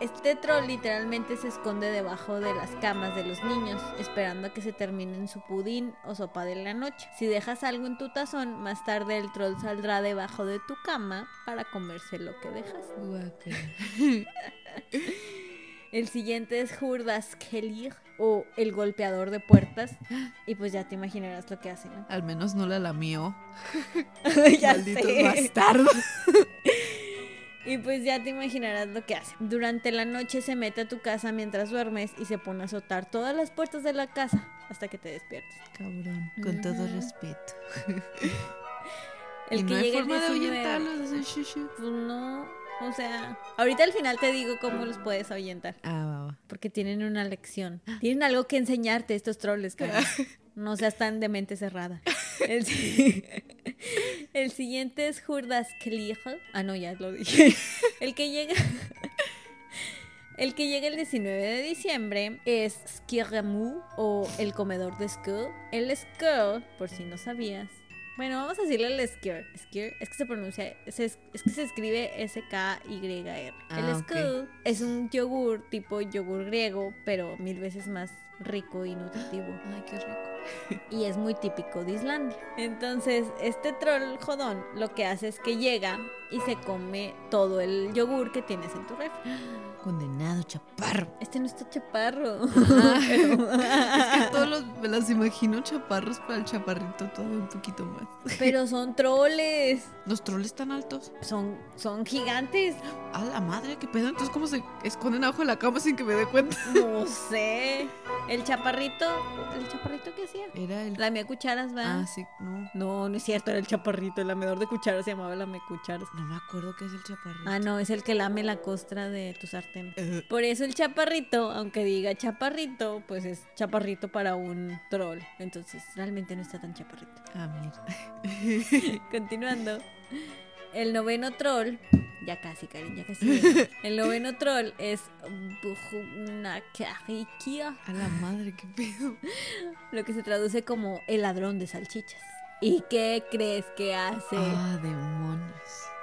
Speaker 2: Este troll literalmente se esconde debajo de las camas de los niños, esperando a que se terminen su pudín o sopa de la noche. Si dejas algo en tu tazón, más tarde el troll saldrá debajo de tu cama para comerse lo que dejas.
Speaker 1: Guácala.
Speaker 2: El siguiente es Hurdas Kelir o el golpeador de puertas. Y pues ya te imaginarás lo que hace, ¿no?
Speaker 1: Al menos no la lamió.
Speaker 2: ya
Speaker 1: Malditos
Speaker 2: sé.
Speaker 1: bastardos.
Speaker 2: Y pues ya te imaginarás lo que hace. Durante la noche se mete a tu casa mientras duermes y se pone a azotar todas las puertas de la casa hasta que te despiertes.
Speaker 1: Cabrón, con todo
Speaker 2: Ujú.
Speaker 1: respeto.
Speaker 2: El
Speaker 1: y
Speaker 2: que
Speaker 1: no hay
Speaker 2: llega el
Speaker 1: forma de
Speaker 2: 19,
Speaker 1: ahuyentarlos. hacer shu, shu.
Speaker 2: Pues no, o sea, ahorita al final te digo cómo los puedes ahuyentar.
Speaker 1: Ah, va, va.
Speaker 2: Porque tienen una lección. Tienen algo que enseñarte estos troles, cara. No seas tan de mente cerrada. El, si- el siguiente es Hurdas Klija. Ah, no, ya lo dije. El que llega. El que llega el 19 de diciembre es Skiremu o el comedor de Skull. El Skull, por si no sabías. Bueno, vamos a decirle el Skir. Skir es que se pronuncia, se es, es que se escribe S-K-Y-R. el
Speaker 1: Ah, ok.
Speaker 2: Skull es un yogur tipo yogur griego, pero mil veces más rico y nutritivo.
Speaker 1: Ay, qué rico.
Speaker 2: Y es muy típico de Islandia. Entonces, este troll jodón lo que hace es que llega y se come todo el yogur que tienes en tu refri.
Speaker 1: Condenado, chaparro.
Speaker 2: Este no está chaparro. Ah,
Speaker 1: Es que
Speaker 2: pero,
Speaker 1: todos los, me las imagino chaparros, pero el chaparrito todavía un poquito más.
Speaker 2: pero son troles.
Speaker 1: Los troles tan altos.
Speaker 2: Son, son gigantes.
Speaker 1: A la madre, qué pedo. Entonces, ¿cómo se esconden abajo de la cama sin que me dé cuenta?
Speaker 2: No sé. El chaparrito, ¿el chaparrito qué hacía?
Speaker 1: Era el.
Speaker 2: Lamía cucharas, ¿verdad?
Speaker 1: Ah, sí, no.
Speaker 2: No, no es cierto, era el chaparrito, el lamedor de cucharas se llamaba lame cucharas.
Speaker 1: No me acuerdo qué es el chaparrito.
Speaker 2: Ah, no, es el que lame la costra de tu sartén.
Speaker 1: Eh,
Speaker 2: Por eso el chaparrito, aunque diga chaparrito, pues es chaparrito para un troll. Entonces, realmente no está tan chaparrito.
Speaker 1: Ah, mira.
Speaker 2: Continuando. El noveno troll. Ya casi, Karen, ya casi. El noveno troll es Bujunakarikia,
Speaker 1: A la madre, qué pedo.
Speaker 2: lo que se traduce como el ladrón de salchichas. ¿Y qué crees que hace?
Speaker 1: Ah, demonios.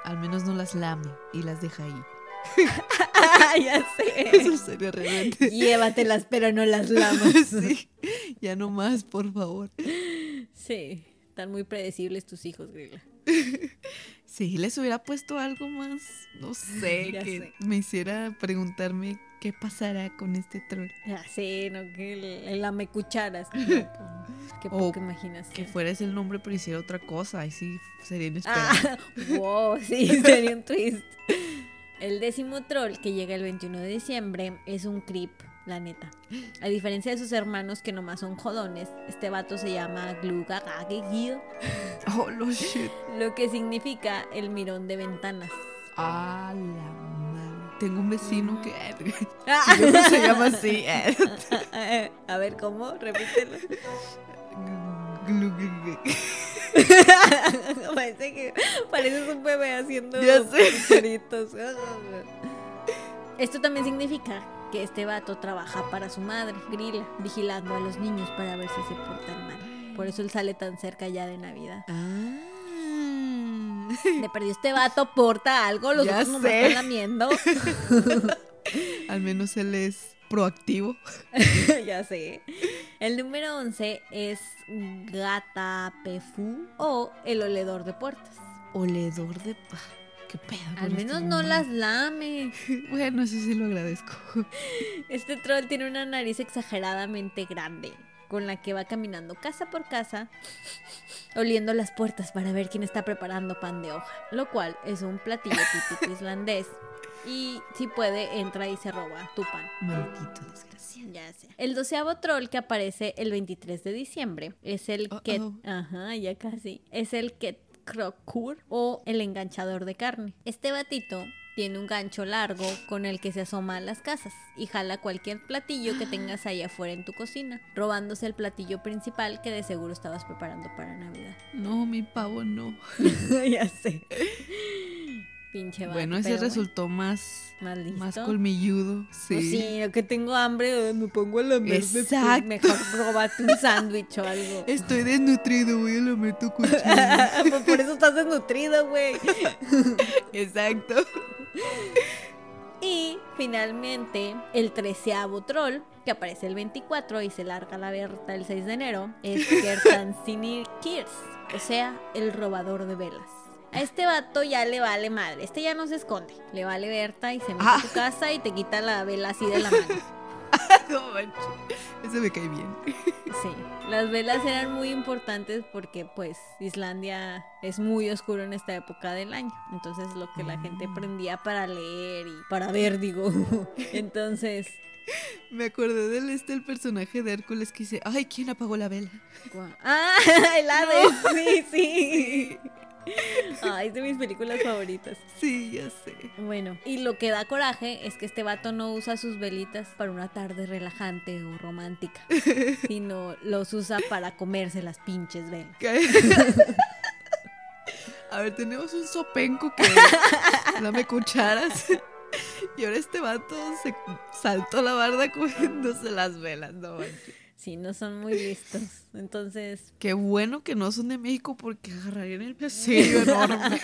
Speaker 1: Al menos no las lame y las deja ahí.
Speaker 2: Ah, ya sé.
Speaker 1: Eso sería realmente.
Speaker 2: Llévatelas, pero no las lamas.
Speaker 1: sí. Ya no más, por favor.
Speaker 2: Sí, están muy predecibles tus hijos, Grilla.
Speaker 1: Si les hubiera puesto algo más, no sé,
Speaker 2: Ya
Speaker 1: que
Speaker 2: sé.
Speaker 1: me hiciera preguntarme qué pasará con este troll.
Speaker 2: Ya sé, Ah, no, que el, el lamecucharas. No, pues, qué
Speaker 1: O
Speaker 2: poco imaginas.
Speaker 1: Que fuera ese el nombre, pero hiciera otra cosa. Ahí sí sería inesperado.
Speaker 2: Ah, wow, sí, sería un twist. El décimo troll que llega el 21 de diciembre es un creep, la neta. A diferencia de sus hermanos que nomás son jodones, este vato se llama Glugagagigil,
Speaker 1: Oh, lo shit.
Speaker 2: lo que significa el mirón de ventanas.
Speaker 1: A la madre. Tengo un vecino que.
Speaker 2: Ah.
Speaker 1: Luego se llama así. eh.
Speaker 2: A ver, ¿cómo? Repítelo. Parece que pareces un bebé haciendo
Speaker 1: Ya sé.
Speaker 2: gritos. Esto también significa que este vato trabaja para su madre, Grilla, vigilando a los niños para ver si se portan mal. Por eso él sale tan cerca ya de Navidad.
Speaker 1: Ah.
Speaker 2: Le perdió este vato, porta algo, los
Speaker 1: Ya
Speaker 2: otros nomás
Speaker 1: sé.
Speaker 2: están lamiendo.
Speaker 1: Al menos él es proactivo.
Speaker 2: ya sé. El número 11 es Gatapefu o el oledor de puertas.
Speaker 1: Oledor de. pa- ¿Qué pedo? con
Speaker 2: Al
Speaker 1: este
Speaker 2: menos no
Speaker 1: nombre?
Speaker 2: las lame.
Speaker 1: Bueno, eso sí lo agradezco.
Speaker 2: Este troll tiene una nariz exageradamente grande, con la que va caminando casa por casa, oliendo las puertas para ver quién está preparando pan de hoja, lo cual es un platillo típico islandés. Y si puede, entra y se roba tu pan.
Speaker 1: Maldito desgraciado.
Speaker 2: Ya sé. El doceavo troll que aparece el 23 de diciembre es el
Speaker 1: Uh-oh.
Speaker 2: que... Ajá, ya casi. Es el que crocur o el enganchador de carne. Este batito tiene un gancho largo con el que se asoma a las casas y jala cualquier platillo que tengas ahí afuera en tu cocina, robándose el platillo principal que de seguro estabas preparando para Navidad.
Speaker 1: No, mi pavo no.
Speaker 2: ya sé. Pinche vato.
Speaker 1: bueno, ese
Speaker 2: pero
Speaker 1: resultó más,
Speaker 2: Más listo.
Speaker 1: más colmilludo. Sí.
Speaker 2: Pues sí, lo que tengo hambre, eh, me pongo a lamerme. pues,
Speaker 1: Exacto.
Speaker 2: Mejor robate un sándwich o algo.
Speaker 1: Estoy desnutrido, voy a lamer tu cuchillo.
Speaker 2: Pues por eso estás desnutrido, güey.
Speaker 1: Exacto.
Speaker 2: Y finalmente, el treceavo troll, que aparece el 24 y se larga la berta el 6 de enero, es Gertansini Kirs, o sea, el robador de velas. A este vato ya le vale madre, este ya no se esconde, le vale Berta y se mete a
Speaker 1: Ah.
Speaker 2: tu casa y te quita la vela así de la mano.
Speaker 1: No manches. Ese me cae bien.
Speaker 2: Sí, las velas eran muy importantes porque pues Islandia es muy oscuro en esta época del año. Entonces lo que la gente
Speaker 1: Mm.
Speaker 2: prendía para leer y para ver, digo. Entonces,
Speaker 1: Me acordé del este, el personaje de Hércules que dice, ay, ¿quién apagó la vela?
Speaker 2: gua- ah, el Hades, sí, sí. Ay, es de mis películas favoritas.
Speaker 1: Sí, ya sé.
Speaker 2: Bueno, y lo que da coraje es que este vato no usa sus velitas para una tarde relajante o romántica, sino los usa para comerse las pinches velas.
Speaker 1: ¿Qué? A ver, tenemos un sopenco que lame cucharas. Y ahora este vato se saltó la barda comiéndose las velas, no manches.
Speaker 2: Sí, no son muy listos. Entonces,
Speaker 1: Qué bueno que no son de México porque agarrarían el pasillo enorme.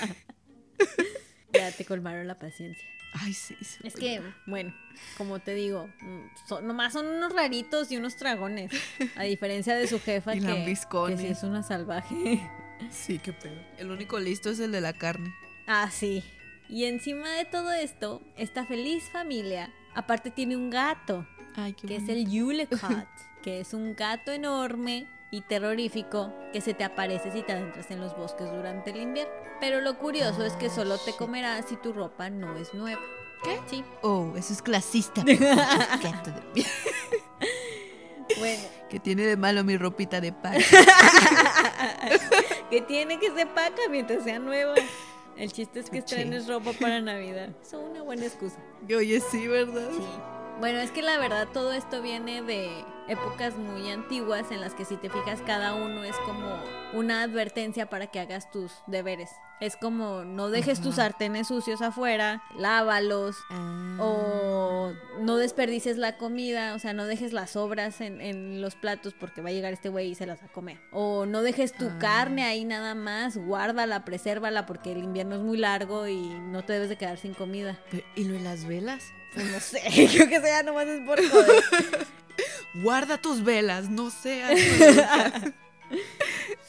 Speaker 2: Ya te colmaron la paciencia.
Speaker 1: Ay, sí. sí.
Speaker 2: Es que, bueno, como te digo, mm, son- nomás son unos raritos y unos tragones. A diferencia de su jefa,
Speaker 1: Y
Speaker 2: que, que
Speaker 1: lambiscones.
Speaker 2: sí es una salvaje.
Speaker 1: Sí, qué pedo. El único listo es el de la carne.
Speaker 2: Ah, sí. Y encima de todo esto, esta feliz familia, aparte tiene un gato,
Speaker 1: Ay, qué
Speaker 2: que es el Yulecat, que es un gato enorme y terrorífico que se te aparece si te adentras en los bosques durante el invierno. Pero lo curioso es que
Speaker 1: Ah,
Speaker 2: solo te
Speaker 1: shit.
Speaker 2: comerá si tu ropa no es nueva.
Speaker 1: ¿Qué?
Speaker 2: Sí.
Speaker 1: Oh, eso es clasista. pinche gato de-
Speaker 2: Bueno,
Speaker 1: ¿Qué tiene de malo mi ropita de paca?
Speaker 2: que tiene que ser paca mientras sea nueva. El chiste es
Speaker 1: Sí.
Speaker 2: que estrenes ropa para Navidad. Es una buena excusa.
Speaker 1: Oye, sí, ¿verdad?
Speaker 2: Bueno, es que la verdad todo esto viene de épocas muy antiguas en las que si te fijas cada uno es como una advertencia para que hagas tus deberes. Es como no dejes tus
Speaker 1: Ajá.
Speaker 2: sartenes sucios afuera, lávalos
Speaker 1: Ah.
Speaker 2: o no desperdices la comida, o sea, no dejes las sobras en, en los platos porque va a llegar este güey y se las va a comer. O no dejes tu
Speaker 1: Ah.
Speaker 2: carne ahí nada más, guárdala, presérvala porque el invierno es muy largo y no te debes de quedar sin comida.
Speaker 1: Pero, ¿Y lo de las velas?
Speaker 2: Pues no sé, creo que sea nomás es por joder.
Speaker 1: Guarda tus velas, no seas. bruta.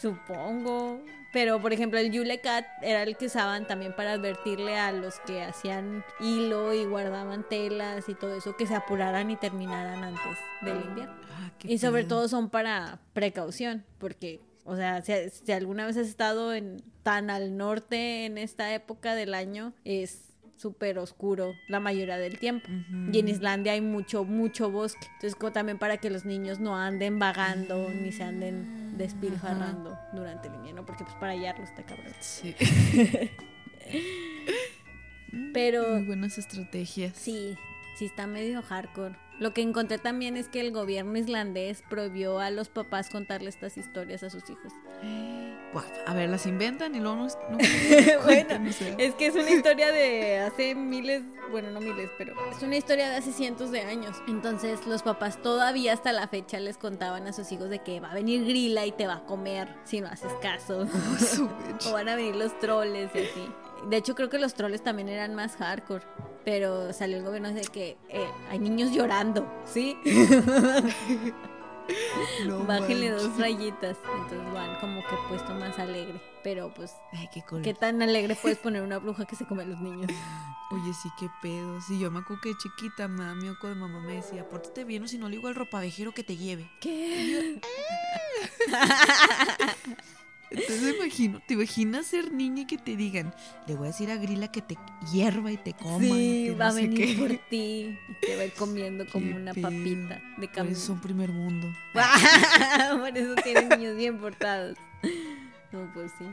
Speaker 2: Supongo. Pero, por ejemplo, el Yule Cat era el que usaban también para advertirle a los que hacían hilo y guardaban telas y todo eso que se apuraran y terminaran antes del invierno.
Speaker 1: Ah, qué
Speaker 2: Y sobre
Speaker 1: pedo.
Speaker 2: todo son para precaución, porque, o sea, si, si alguna vez has estado en, tan al norte en esta época del año, es súper oscuro la mayoría del tiempo.
Speaker 1: Ujú.
Speaker 2: Y en Islandia hay mucho, mucho bosque. Entonces, como también para que los niños no anden vagando ni se anden despilfarrando durante el invierno, porque pues para hallarlo está cabrón.
Speaker 1: Sí.
Speaker 2: Pero
Speaker 1: Muy buenas estrategias.
Speaker 2: sí, sí está medio hardcore. Lo que encontré también es que el gobierno islandés prohibió a los papás contarle estas historias a sus hijos.
Speaker 1: Buah, a ver, las inventan y luego no. es- no
Speaker 2: bueno,
Speaker 1: no sé.
Speaker 2: es que es una historia de hace miles, bueno, no miles, pero es una historia de hace cientos de años. Entonces, los papás todavía hasta la fecha les contaban a sus hijos de que va a venir grila y te va a comer si no haces caso.
Speaker 1: Oh, Su bitch.
Speaker 2: o van a venir los troles y así. De hecho, creo que los troles también eran más hardcore. Pero salió el gobierno de que eh, hay niños llorando, ¿sí?
Speaker 1: No
Speaker 2: Bájenle
Speaker 1: manches.
Speaker 2: dos rayitas. Entonces van como que puesto más alegre. Pero pues
Speaker 1: Ay, qué color.
Speaker 2: ¿Qué tan alegre puedes poner una bruja que se come a los niños?
Speaker 1: Oye, sí, qué pedo. Si yo me acuerdo que de chiquita, mami o con mamá me decía, pórtate bien o si no le digo al ropavejero que te lleve.
Speaker 2: ¿Qué?
Speaker 1: Entonces imagino, te imaginas ser niña y que te digan, le voy a decir a Grila que te hierva y te coma.
Speaker 2: sí,
Speaker 1: Oh, que no
Speaker 2: va a
Speaker 1: sé
Speaker 2: venir
Speaker 1: qué".
Speaker 2: por ti y te va a ir comiendo como
Speaker 1: Qué
Speaker 2: una
Speaker 1: pedo.
Speaker 2: papita de
Speaker 1: Por
Speaker 2: camino.
Speaker 1: eso un primer mundo.
Speaker 2: por eso tienen niños bien portados. No, pues sí.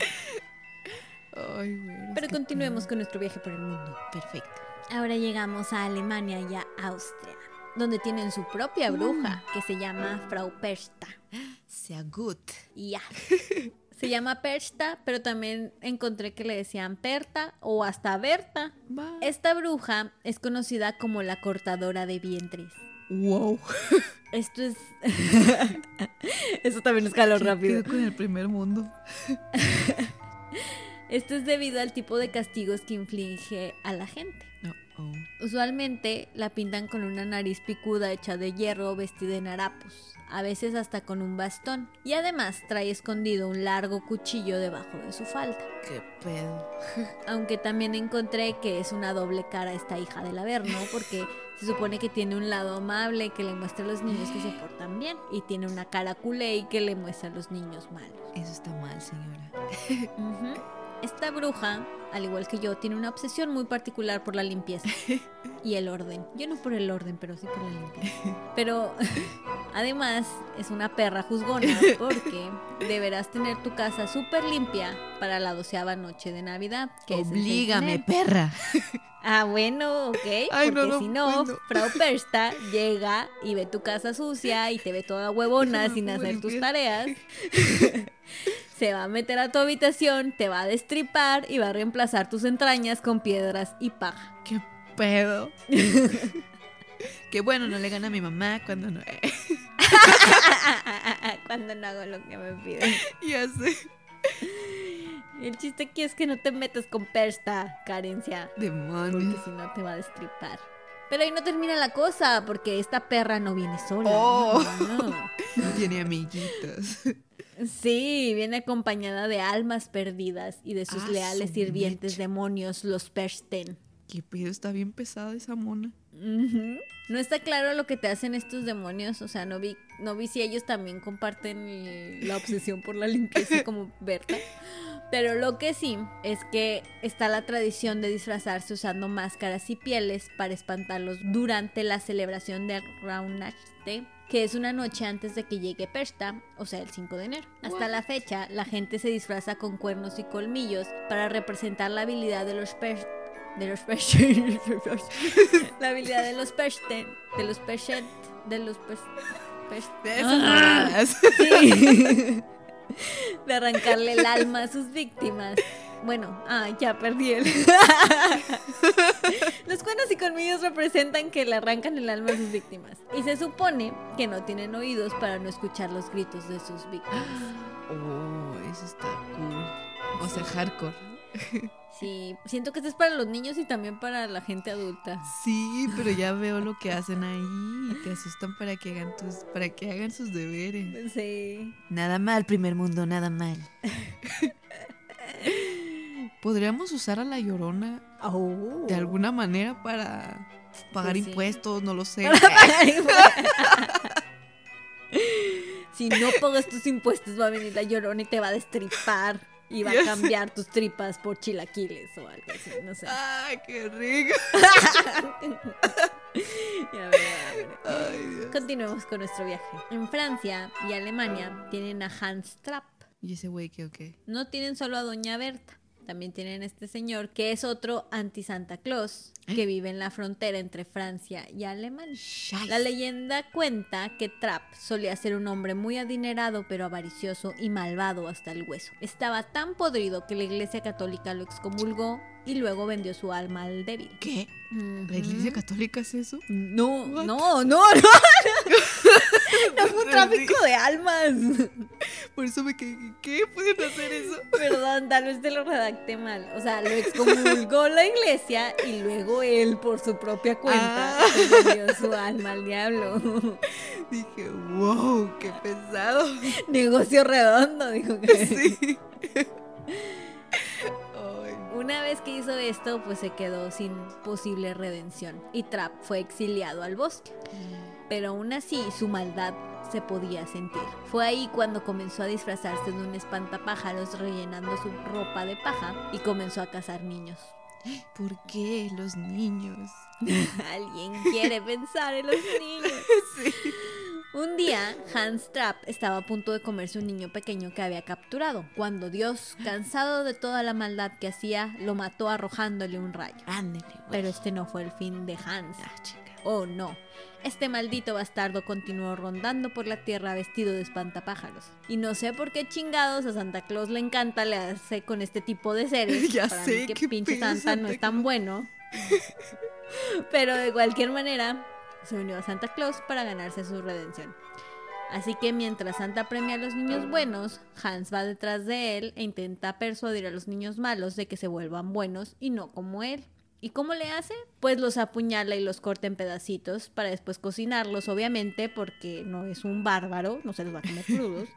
Speaker 1: Ay, güey.
Speaker 2: Pero continuemos con nuestro viaje por el mundo.
Speaker 1: Perfecto.
Speaker 2: Ahora llegamos a Alemania y a Austria, donde tienen su propia
Speaker 1: Mm.
Speaker 2: bruja que se llama Frau Persta.
Speaker 1: Sea good.
Speaker 2: Y Ya. Se llama Persta, pero también encontré que le decían Perta o hasta Berta.
Speaker 1: Va.
Speaker 2: Esta bruja es conocida como la cortadora de vientres.
Speaker 1: Wow.
Speaker 2: Esto es. Eso también es calor rápido.
Speaker 1: Quedo con el primer mundo.
Speaker 2: Esto es debido al tipo de castigos que inflige a la gente.
Speaker 1: No, oh.
Speaker 2: Usualmente la pintan con una nariz picuda hecha de hierro vestida en harapos, a veces hasta con un bastón, y además trae escondido un largo cuchillo debajo de su falda.
Speaker 1: Qué pedo.
Speaker 2: Aunque también encontré que es una doble cara esta hija del Averno, porque se supone que tiene un lado amable que le muestra a los niños que se portan bien, y tiene una cara culé y que le muestra a los niños malos.
Speaker 1: Eso está mal, señora.
Speaker 2: Ujú. Esta bruja, al igual que yo, tiene una obsesión muy particular por la limpieza y el orden. Yo no por el orden, pero sí por la limpieza. Pero además es una perra juzgona porque deberás tener tu casa súper limpia para la doceava noche de Navidad. Que es el seis de
Speaker 1: Oblígame,
Speaker 2: enero.
Speaker 1: perra.
Speaker 2: Ah, bueno, ok.
Speaker 1: Ay, no,
Speaker 2: porque
Speaker 1: no,
Speaker 2: si no,
Speaker 1: bueno.
Speaker 2: Frau Persta llega y ve tu casa sucia y te ve toda huevona
Speaker 1: Déjame
Speaker 2: sin
Speaker 1: pongo
Speaker 2: hacer tus
Speaker 1: limpia.
Speaker 2: tareas. Se va a meter a tu habitación, te va a destripar y va a reemplazar tus entrañas con piedras y paja.
Speaker 1: Qué pedo. Qué bueno, no le gana a mi mamá cuando no. eh,
Speaker 2: Cuando no hago lo que me piden.
Speaker 1: ya sé.
Speaker 2: El chiste aquí es que no te metas con Persta, carencia. Porque
Speaker 1: Demonios.
Speaker 2: si no te va a destripar. Pero ahí no termina la cosa, porque esta perra no viene sola.
Speaker 1: Oh.
Speaker 2: no, no, no.
Speaker 1: Tiene amiguitos.
Speaker 2: Sí, viene acompañada de almas perdidas y de sus
Speaker 1: Ah,
Speaker 2: leales
Speaker 1: su
Speaker 2: sirvientes
Speaker 1: mecha.
Speaker 2: demonios, los Persten.
Speaker 1: ¿Qué pedo? Está bien pesada esa mona.
Speaker 2: Ujú. No está claro lo que te hacen estos demonios, o sea, no vi, no vi si ellos también comparten el- la obsesión por la limpieza como Berta. Pero lo que sí es que está la tradición de disfrazarse usando máscaras y pieles para espantarlos durante la celebración de Raunachte, que es una noche antes de que llegue Persta, o sea, el 5 de enero. Hasta la fecha, la gente se disfraza con cuernos y colmillos para representar la habilidad de los Persta de los Pershent. la habilidad de los Pershent. De los Pershent. De los Pershent.
Speaker 1: De esas monadas.
Speaker 2: de arrancarle el alma a sus víctimas. Bueno, ah, ya perdí el. Los cuernos y colmillos representan que le arrancan el alma a sus víctimas. Y se supone que no tienen oídos para no escuchar los gritos de sus víctimas.
Speaker 1: Oh, eso está cool. O sea, hardcore.
Speaker 2: Sí, siento que esto es para los niños y también para la gente adulta.
Speaker 1: Sí, pero ya veo lo que hacen ahí. y Te asustan para que hagan tus, para que hagan sus deberes.
Speaker 2: Sí.
Speaker 1: Nada mal, primer mundo, nada mal. Podríamos usar a la llorona de alguna manera para pagar
Speaker 2: Pues sí.
Speaker 1: impuestos, no lo sé.
Speaker 2: si no pagas tus impuestos, va a venir la llorona y te va a destripar. Y va
Speaker 1: Ya
Speaker 2: a
Speaker 1: sé.
Speaker 2: cambiar tus tripas por chilaquiles o algo así, no sé.
Speaker 1: Ay, qué rico.
Speaker 2: Ya veré, ya veré.
Speaker 1: Ay, Dios.
Speaker 2: Continuemos con nuestro viaje. En Francia y Alemania tienen a Hans Trapp.
Speaker 1: Y ese güey que, ok.
Speaker 2: No tienen solo a Doña Berta, también tienen a este señor que es otro anti-Santa Claus que vive en la frontera entre Francia y Alemania. La leyenda cuenta que Trapp solía ser un hombre muy adinerado pero avaricioso y malvado hasta el hueso. Estaba tan podrido que la Iglesia Católica lo excomulgó y luego vendió su alma al débil.
Speaker 1: ¿Qué? ¿La iglesia católica es eso?
Speaker 2: No,
Speaker 1: What?
Speaker 2: no, no, no. No fue un tráfico de almas.
Speaker 1: Por eso me quedé. ¿Qué? ¿Pueden hacer eso?
Speaker 2: Perdón, tal vez te lo redacté mal. O sea, lo excomulgó la iglesia y luego él, por su propia cuenta,
Speaker 1: Ah.
Speaker 2: vendió su alma al diablo.
Speaker 1: Dije, wow, qué pesado.
Speaker 2: Negocio redondo, dijo que.
Speaker 1: Sí. Ay,
Speaker 2: Una vez que hizo esto, pues se quedó sin posible redención y Trap fue exiliado al bosque. Pero aún así, su maldad se podía sentir. Fue ahí cuando comenzó a disfrazarse de un espantapájaros rellenando su ropa de paja y comenzó a cazar niños.
Speaker 1: ¿Por qué los niños?
Speaker 2: Alguien quiere pensar en los niños. Un día, Hans Trapp estaba a punto de comerse un niño pequeño que había capturado, cuando Dios, cansado de toda la maldad que hacía, lo mató arrojándole un rayo.
Speaker 1: Ándale,
Speaker 2: Pero este no fue el fin de Hans.
Speaker 1: Ah, chica.
Speaker 2: Oh no, este maldito bastardo continuó rondando por la tierra vestido de espantapájaros. Y no sé por qué chingados a Santa Claus le encanta le hace con este tipo de seres.
Speaker 1: Ya
Speaker 2: Para
Speaker 1: sé,
Speaker 2: mí que
Speaker 1: qué
Speaker 2: pinche
Speaker 1: pedo,
Speaker 2: Santa, no
Speaker 1: Santa
Speaker 2: es tan bueno. Pero de cualquier manera, se unió a Santa Claus para ganarse su redención. Así que mientras Santa premia a los niños buenos, Hans va detrás de él e intenta persuadir a los niños malos de que se vuelvan buenos y no como él. ¿Y cómo le hace? Pues los apuñala y los corta en pedacitos para después cocinarlos, obviamente, porque no es un bárbaro, no se los va a comer crudos,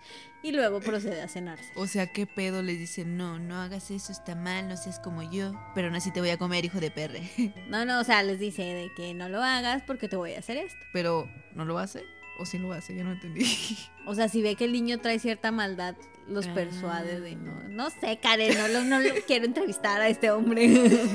Speaker 2: y luego procede a cenarse.
Speaker 1: O sea, ¿qué pedo? Les dicen, no, no hagas eso, está mal, no seas como yo. Pero aún así te voy a comer, hijo de perre.
Speaker 2: No, no, o sea, les dice de que no lo hagas porque te voy a hacer esto.
Speaker 1: Pero, ¿no lo hace? ¿O sí lo hace? Ya no entendí.
Speaker 2: O sea, si ve que el niño trae cierta maldad, los
Speaker 1: Ah.
Speaker 2: persuade de no. No sé, Karen, no lo, no lo quiero entrevistar a este hombre.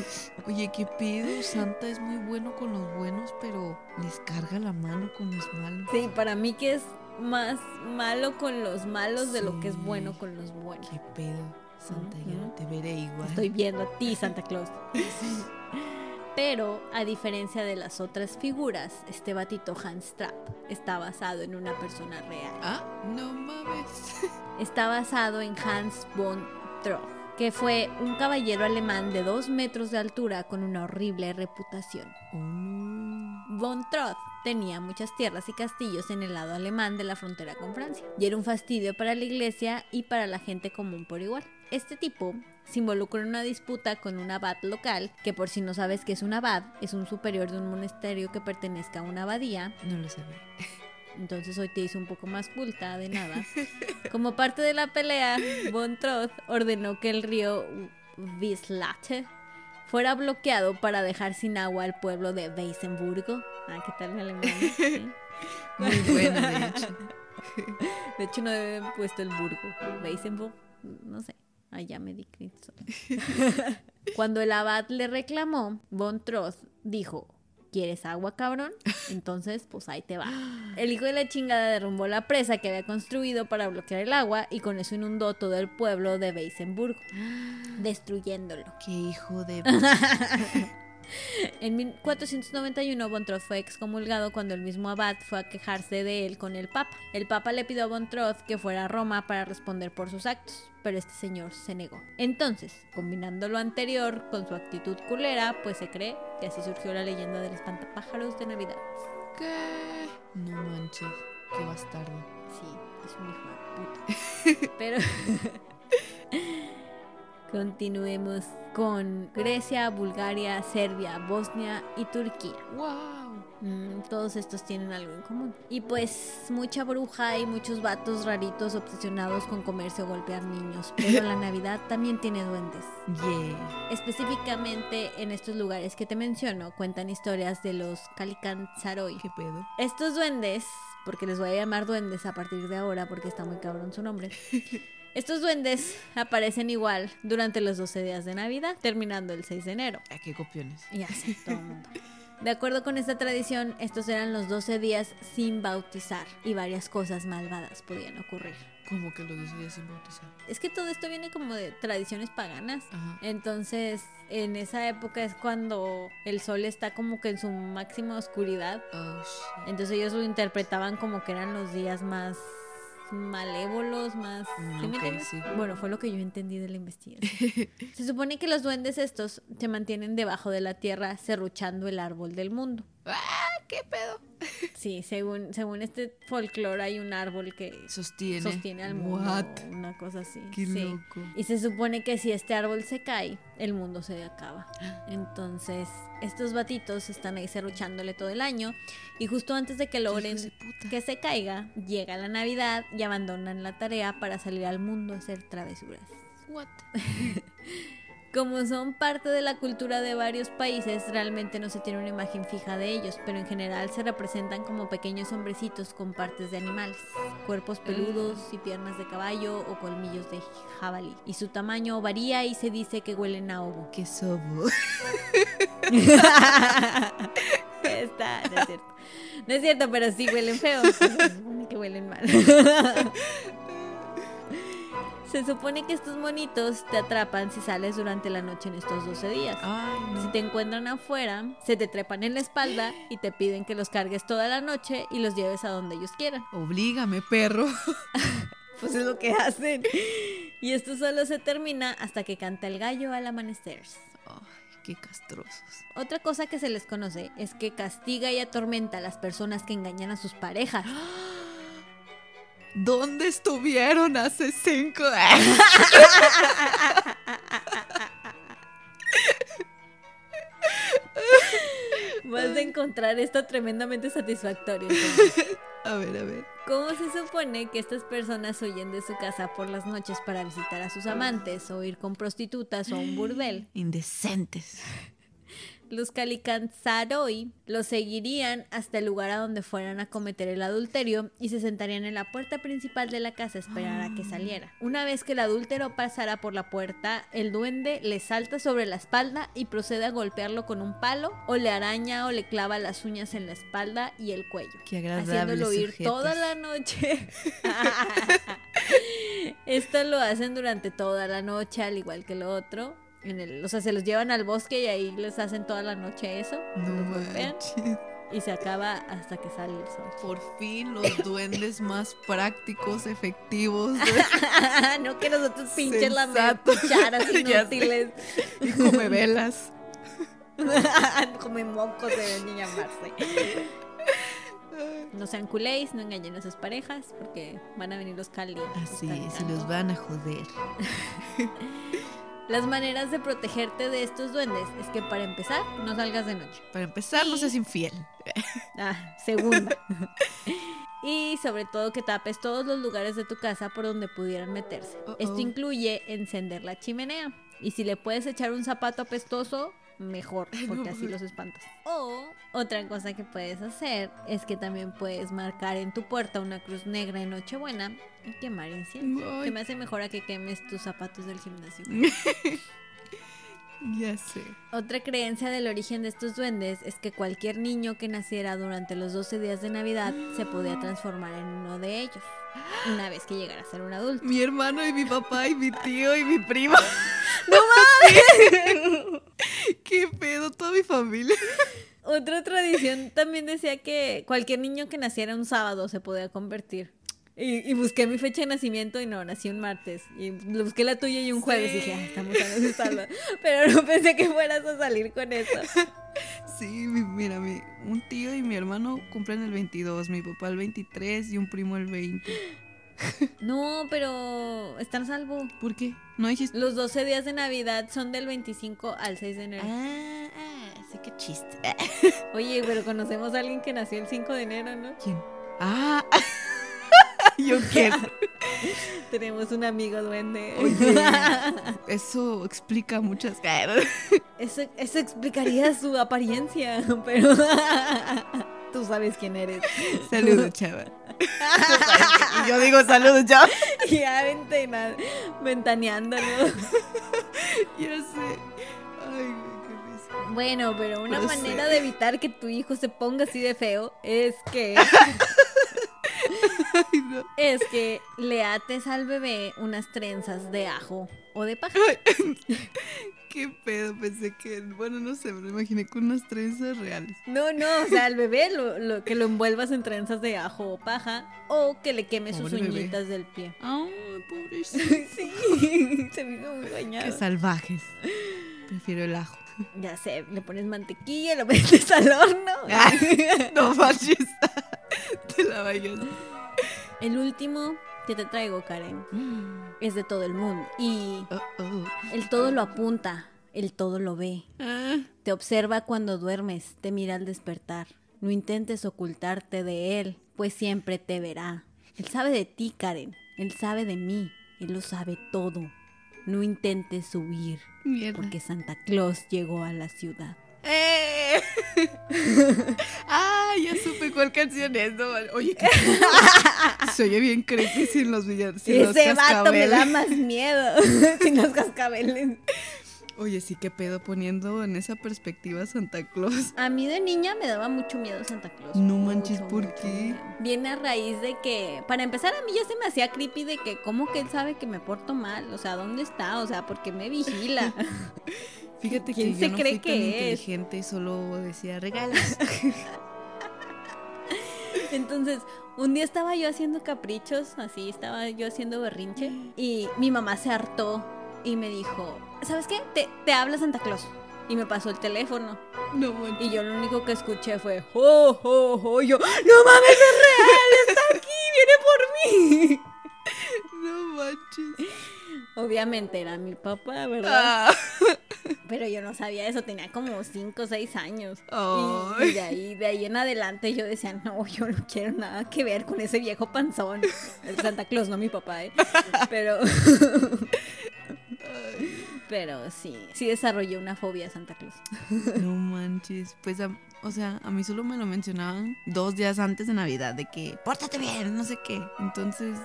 Speaker 1: Oye, ¿qué pedo? Santa es muy bueno con los buenos, pero les carga la mano con los malos.
Speaker 2: Sí, para mí que es más malo con los malos de lo que es
Speaker 1: Sí.
Speaker 2: bueno con los buenos.
Speaker 1: ¿Qué pedo? Santa, ya no te veré igual.
Speaker 2: Estoy viendo a ti, Santa Claus. Pero, a diferencia de las otras figuras, este batito Hans Trapp está basado en una persona real.
Speaker 1: Ah, no mames.
Speaker 2: Está basado en Hans von Troch, que fue un caballero alemán de dos metros de altura con una horrible reputación.
Speaker 1: Oh.
Speaker 2: Von Troth tenía muchas tierras y castillos en el lado alemán de la frontera con Francia, y era un fastidio para la iglesia y para la gente común por igual. Este tipo se involucró en una disputa con un abad local, que por si no sabes qué es un abad, es un superior de un monasterio que pertenezca a una abadía,
Speaker 1: No lo sabía.
Speaker 2: entonces hoy te hice un poco más culta de nada. Como parte de la pelea, Von Troth ordenó que el río Wislate fuera bloqueado para dejar sin agua al pueblo de Weisenburgo. Ah, ¿qué tal mi alemán? ¿Eh?
Speaker 1: Muy bueno, de hecho.
Speaker 2: De hecho, no debe haber puesto el burgo. Weisenburg, no sé. Ah, ya me di clic sola. Cuando el abad le reclamó, Von Trost dijo, ¿quieres agua, cabrón? Entonces, pues ahí te va. El hijo de la chingada derrumbó la presa que había construido para bloquear el agua y con eso inundó todo el pueblo de Weisenburg, destruyéndolo.
Speaker 1: Qué hijo de.
Speaker 2: En 1491 Bontroth fue excomulgado cuando el mismo abad fue a quejarse de él con el papa. El papa le pidió a Bontroth que fuera a Roma para responder por sus actos, pero este señor se negó. Entonces, combinando lo anterior con su actitud culera, pues se cree que así surgió la leyenda del espantapájaros de Navidad.
Speaker 1: ¿Qué? No manches, qué bastardo.
Speaker 2: Sí, es un hijo de puta. Pero continuemos con Grecia, Bulgaria, Serbia, Bosnia y Turquía.
Speaker 1: ¡Wow!
Speaker 2: Mm, todos estos tienen algo en común. Y pues mucha bruja y muchos vatos raritos obsesionados con comercio o golpear niños. Pero la Navidad también tiene duendes.
Speaker 1: Yeah.
Speaker 2: Específicamente en estos lugares que te menciono cuentan historias de los Calican Saroy.
Speaker 1: ¿Qué pedo?
Speaker 2: Estos duendes, porque les voy a llamar duendes a partir de ahora porque está muy cabrón su nombre. Estos duendes aparecen igual durante los 12 días de Navidad, terminando el 6 de enero.
Speaker 1: ¿A qué copiones?
Speaker 2: Ya sé, todo el mundo. De acuerdo con esta tradición, estos eran los 12 días sin bautizar y varias cosas malvadas podían ocurrir.
Speaker 1: Como que los dos días sin bautizar.
Speaker 2: Es que todo esto viene como de tradiciones paganas.
Speaker 1: Ajá.
Speaker 2: Entonces, en esa época es cuando el sol está como que en su máxima oscuridad.
Speaker 1: Oh, shit.
Speaker 2: Entonces ellos lo interpretaban como que eran los días más malévolos, más...
Speaker 1: Mm,
Speaker 2: ¿sí me
Speaker 1: ok,
Speaker 2: entiendes?
Speaker 1: sí.
Speaker 2: Bueno, fue lo que yo entendí de la investigación. se supone que los duendes estos se mantienen debajo de la tierra serruchando el árbol del mundo.
Speaker 1: ¡Ah, qué pedo!
Speaker 2: Sí, según, según este folclore hay un árbol que
Speaker 1: Sostiene.
Speaker 2: sostiene al mundo.
Speaker 1: What?
Speaker 2: Una cosa así.
Speaker 1: Qué
Speaker 2: sí.
Speaker 1: loco.
Speaker 2: Y se supone que si este árbol se cae, el mundo se acaba. Entonces, estos batitos están ahí serruchándole todo el año. Y justo antes de que logren
Speaker 1: Hijos de puta.
Speaker 2: que se caiga, llega la Navidad y abandonan la tarea para salir al mundo a hacer travesuras.
Speaker 1: What?
Speaker 2: Como son parte de la cultura de varios países, realmente no se tiene una imagen fija de ellos, pero en general se representan como pequeños hombrecitos con partes de animales, cuerpos peludos y piernas de caballo o colmillos de jabalí. Y su tamaño varía y se dice que huelen a ovo.
Speaker 1: Qué sobo.
Speaker 2: Está, no es cierto. No es cierto, pero sí huelen feo. Se supone que huelen mal. Se supone que estos monitos te atrapan si sales durante la noche en estos 12 días.
Speaker 1: Ay,
Speaker 2: Si
Speaker 1: no.
Speaker 2: te encuentran afuera, se te trepan en la espalda y te piden que los cargues toda la noche y los lleves a donde ellos quieran.
Speaker 1: Oblígame, perro.
Speaker 2: Pues es lo que hacen. Y esto solo se termina hasta que canta el gallo al amanecer.
Speaker 1: Ay, qué castrosos.
Speaker 2: Otra cosa que se les conoce es que castiga y atormenta a las personas que engañan a sus parejas.
Speaker 1: ¿Dónde estuvieron hace cinco
Speaker 2: Vas a encontrar esto tremendamente satisfactorio. entonces.
Speaker 1: A ver, a ver.
Speaker 2: ¿Cómo se supone que estas personas huyen de su casa por las noches para visitar a sus amantes o ir con prostitutas o a un burdel?
Speaker 1: Indecentes.
Speaker 2: Los calicanzaroi los seguirían hasta el lugar a donde fueran a cometer el adulterio y se sentarían en la puerta principal de la casa a esperar a que saliera. Una vez que el adúltero pasara por la puerta, el duende le salta sobre la espalda y procede a golpearlo con un palo o le araña o le clava las uñas en la espalda y el cuello
Speaker 1: Qué agradable.
Speaker 2: haciéndolo ir
Speaker 1: sujetos.
Speaker 2: toda la noche. Esto lo hacen durante toda la noche, al igual que lo otro. En el- o sea, se los llevan al bosque y ahí les hacen toda la noche eso.
Speaker 1: No
Speaker 2: los golpean
Speaker 1: manches.
Speaker 2: y se acaba hasta que sale el sol.
Speaker 1: Por fin los duendes más prácticos, efectivos de-
Speaker 2: no que nosotros pinches las
Speaker 1: Sensato.
Speaker 2: cucharas
Speaker 1: Ya sé.
Speaker 2: inútiles.
Speaker 1: y come velas.
Speaker 2: Como mocos deben de llamarse. No sean culéis, no engañen a sus parejas porque van a venir los cali.
Speaker 1: Así
Speaker 2: Están
Speaker 1: es, y
Speaker 2: tanto.
Speaker 1: los van a joder.
Speaker 2: Las maneras de protegerte de estos duendes es que para empezar no salgas de noche.
Speaker 1: Para empezar, no
Speaker 2: Y-
Speaker 1: seas infiel.
Speaker 2: Ah, segunda. y sobre todo que tapes todos los lugares de tu casa por donde pudieran meterse.
Speaker 1: Uh-oh.
Speaker 2: Esto incluye encender la chimenea. Y si le puedes echar un zapato apestoso, mejor,
Speaker 1: Ay, no
Speaker 2: porque así
Speaker 1: mames.
Speaker 2: los espantas. O otra cosa que puedes hacer es que también puedes marcar en tu puerta una cruz negra en Nochebuena y quemar incienso.
Speaker 1: Ay.
Speaker 2: Que me hace mejor a que quemes tus zapatos del gimnasio.
Speaker 1: Ya sé.
Speaker 2: Otra creencia del origen de estos duendes es que cualquier niño que naciera durante los 12 días de Navidad se podía transformar en uno de ellos, una vez que llegara a ser un adulto.
Speaker 1: Mi hermano y mi papá y mi tío y mi primo. ¿Qué pedo? Toda mi familia.
Speaker 2: Otra tradición también decía que cualquier niño que naciera un sábado se podía convertir. Y, y busqué mi fecha de nacimiento y no, nací un martes. Y busqué la tuya y un jueves.
Speaker 1: Sí.
Speaker 2: Y dije, "Ah, estamos a los sábados". Pero no pensé que fueras a salir con eso.
Speaker 1: Sí, mi- mira, mi, un tío y mi hermano cumplen el 22, mi papá el 23 y un primo el 20.
Speaker 2: No, pero están salvo.
Speaker 1: ¿Por qué? ¿No dijiste?
Speaker 2: Los 12 días de Navidad son del 25 al 6 de enero.
Speaker 1: Ah, ah, sí, qué chiste.
Speaker 2: Oye, pero conocemos a alguien que nació el 5 de enero, ¿no?
Speaker 1: ¿Quién? Ah, yo qué.
Speaker 2: Tenemos un amigo duende.
Speaker 1: Oye. Eso explica muchas cosas.
Speaker 2: Eso, eso explicaría su apariencia, pero tú sabes quién eres.
Speaker 1: Saludos, chava. y yo digo saludos, chava.
Speaker 2: Ya ventana- ventaneándolo.
Speaker 1: Ya sé. Ay, güey, qué risa.
Speaker 2: Bueno, pero una
Speaker 1: Puede
Speaker 2: manera
Speaker 1: ser.
Speaker 2: de evitar que tu hijo se ponga así de feo es que
Speaker 1: Ay, no.
Speaker 2: es que le ates al bebé unas trenzas de ajo o de paja.
Speaker 1: Qué pedo, pensé que. Bueno, no sé, me lo imaginé con unas trenzas reales.
Speaker 2: No, no, o sea, al bebé lo, lo- que lo envuelvas en trenzas de ajo o paja o que le queme sus
Speaker 1: Pobre bebé.
Speaker 2: uñitas del pie.
Speaker 1: Ay, pobrecito.
Speaker 2: Sí, se vino muy bañado.
Speaker 1: Qué salvajes. Prefiero el ajo.
Speaker 2: Ya sé, le pones mantequilla, lo metes al horno.
Speaker 1: Ah, no manches. Te la vayas.
Speaker 2: El último que te traigo, Karen,
Speaker 1: Mm.
Speaker 2: es de todo el mundo. Y
Speaker 1: Oh, oh.
Speaker 2: el todo lo apunta, el todo lo ve.
Speaker 1: Ah,
Speaker 2: Te observa cuando duermes, te mira al despertar. No intentes ocultarte de él, pues siempre te verá. Él sabe de ti, Karen. Él sabe de mí. Él lo sabe todo. No intentes huir,
Speaker 1: mierda.
Speaker 2: porque Santa Claus llegó a la ciudad.
Speaker 1: ¡Eh! ah, ya supe cuál canción es. no vale. Oye, qué- se oye bien creepy sin los villanos. sin los
Speaker 2: Ese vato me da
Speaker 1: cascabeles.
Speaker 2: más miedo sin los cascabeles.
Speaker 1: Oye, sí, qué pedo poniendo en esa perspectiva a Santa Claus.
Speaker 2: A mí de niña me daba mucho miedo Santa Claus.
Speaker 1: No manches, ¿por
Speaker 2: mucho
Speaker 1: qué?
Speaker 2: miedo. Viene a raíz de que, para empezar, a mí ya se me hacía creepy de que, ¿cómo que él sabe que me porto mal? O sea, ¿dónde está? O sea, ¿por qué me vigila?
Speaker 1: Fíjate
Speaker 2: ¿Quién
Speaker 1: que
Speaker 2: se
Speaker 1: yo no
Speaker 2: cree
Speaker 1: fui tan
Speaker 2: que es?
Speaker 1: inteligente y solo decía regalos.
Speaker 2: Entonces, un día estaba yo haciendo caprichos, así estaba yo haciendo berrinche, y mi mamá se hartó y me dijo, ¿sabes qué? Te, te habla Santa Claus. Y me pasó el teléfono.
Speaker 1: No manches.
Speaker 2: Y yo lo único que escuché fue, ¡Oh, oh, oh! Y yo, ¡No mames, es real! ¡Está aquí! ¡Viene por mí!
Speaker 1: No manches.
Speaker 2: Obviamente era mi papá, ¿verdad?
Speaker 1: Ah,
Speaker 2: Pero yo no sabía eso, tenía como 5 o 6 años. Y,
Speaker 1: Ay.
Speaker 2: y de, ahí, de ahí en adelante yo decía, no, yo no quiero nada que ver con ese viejo panzón. El Santa Claus, no mi papá, ¿eh? Pero,
Speaker 1: ay.
Speaker 2: pero sí, sí desarrollé una fobia a Santa Claus.
Speaker 1: No manches. Pues, a- o sea, a mí solo me lo mencionaban dos días antes de Navidad, de que pórtate bien, no sé qué. Entonces,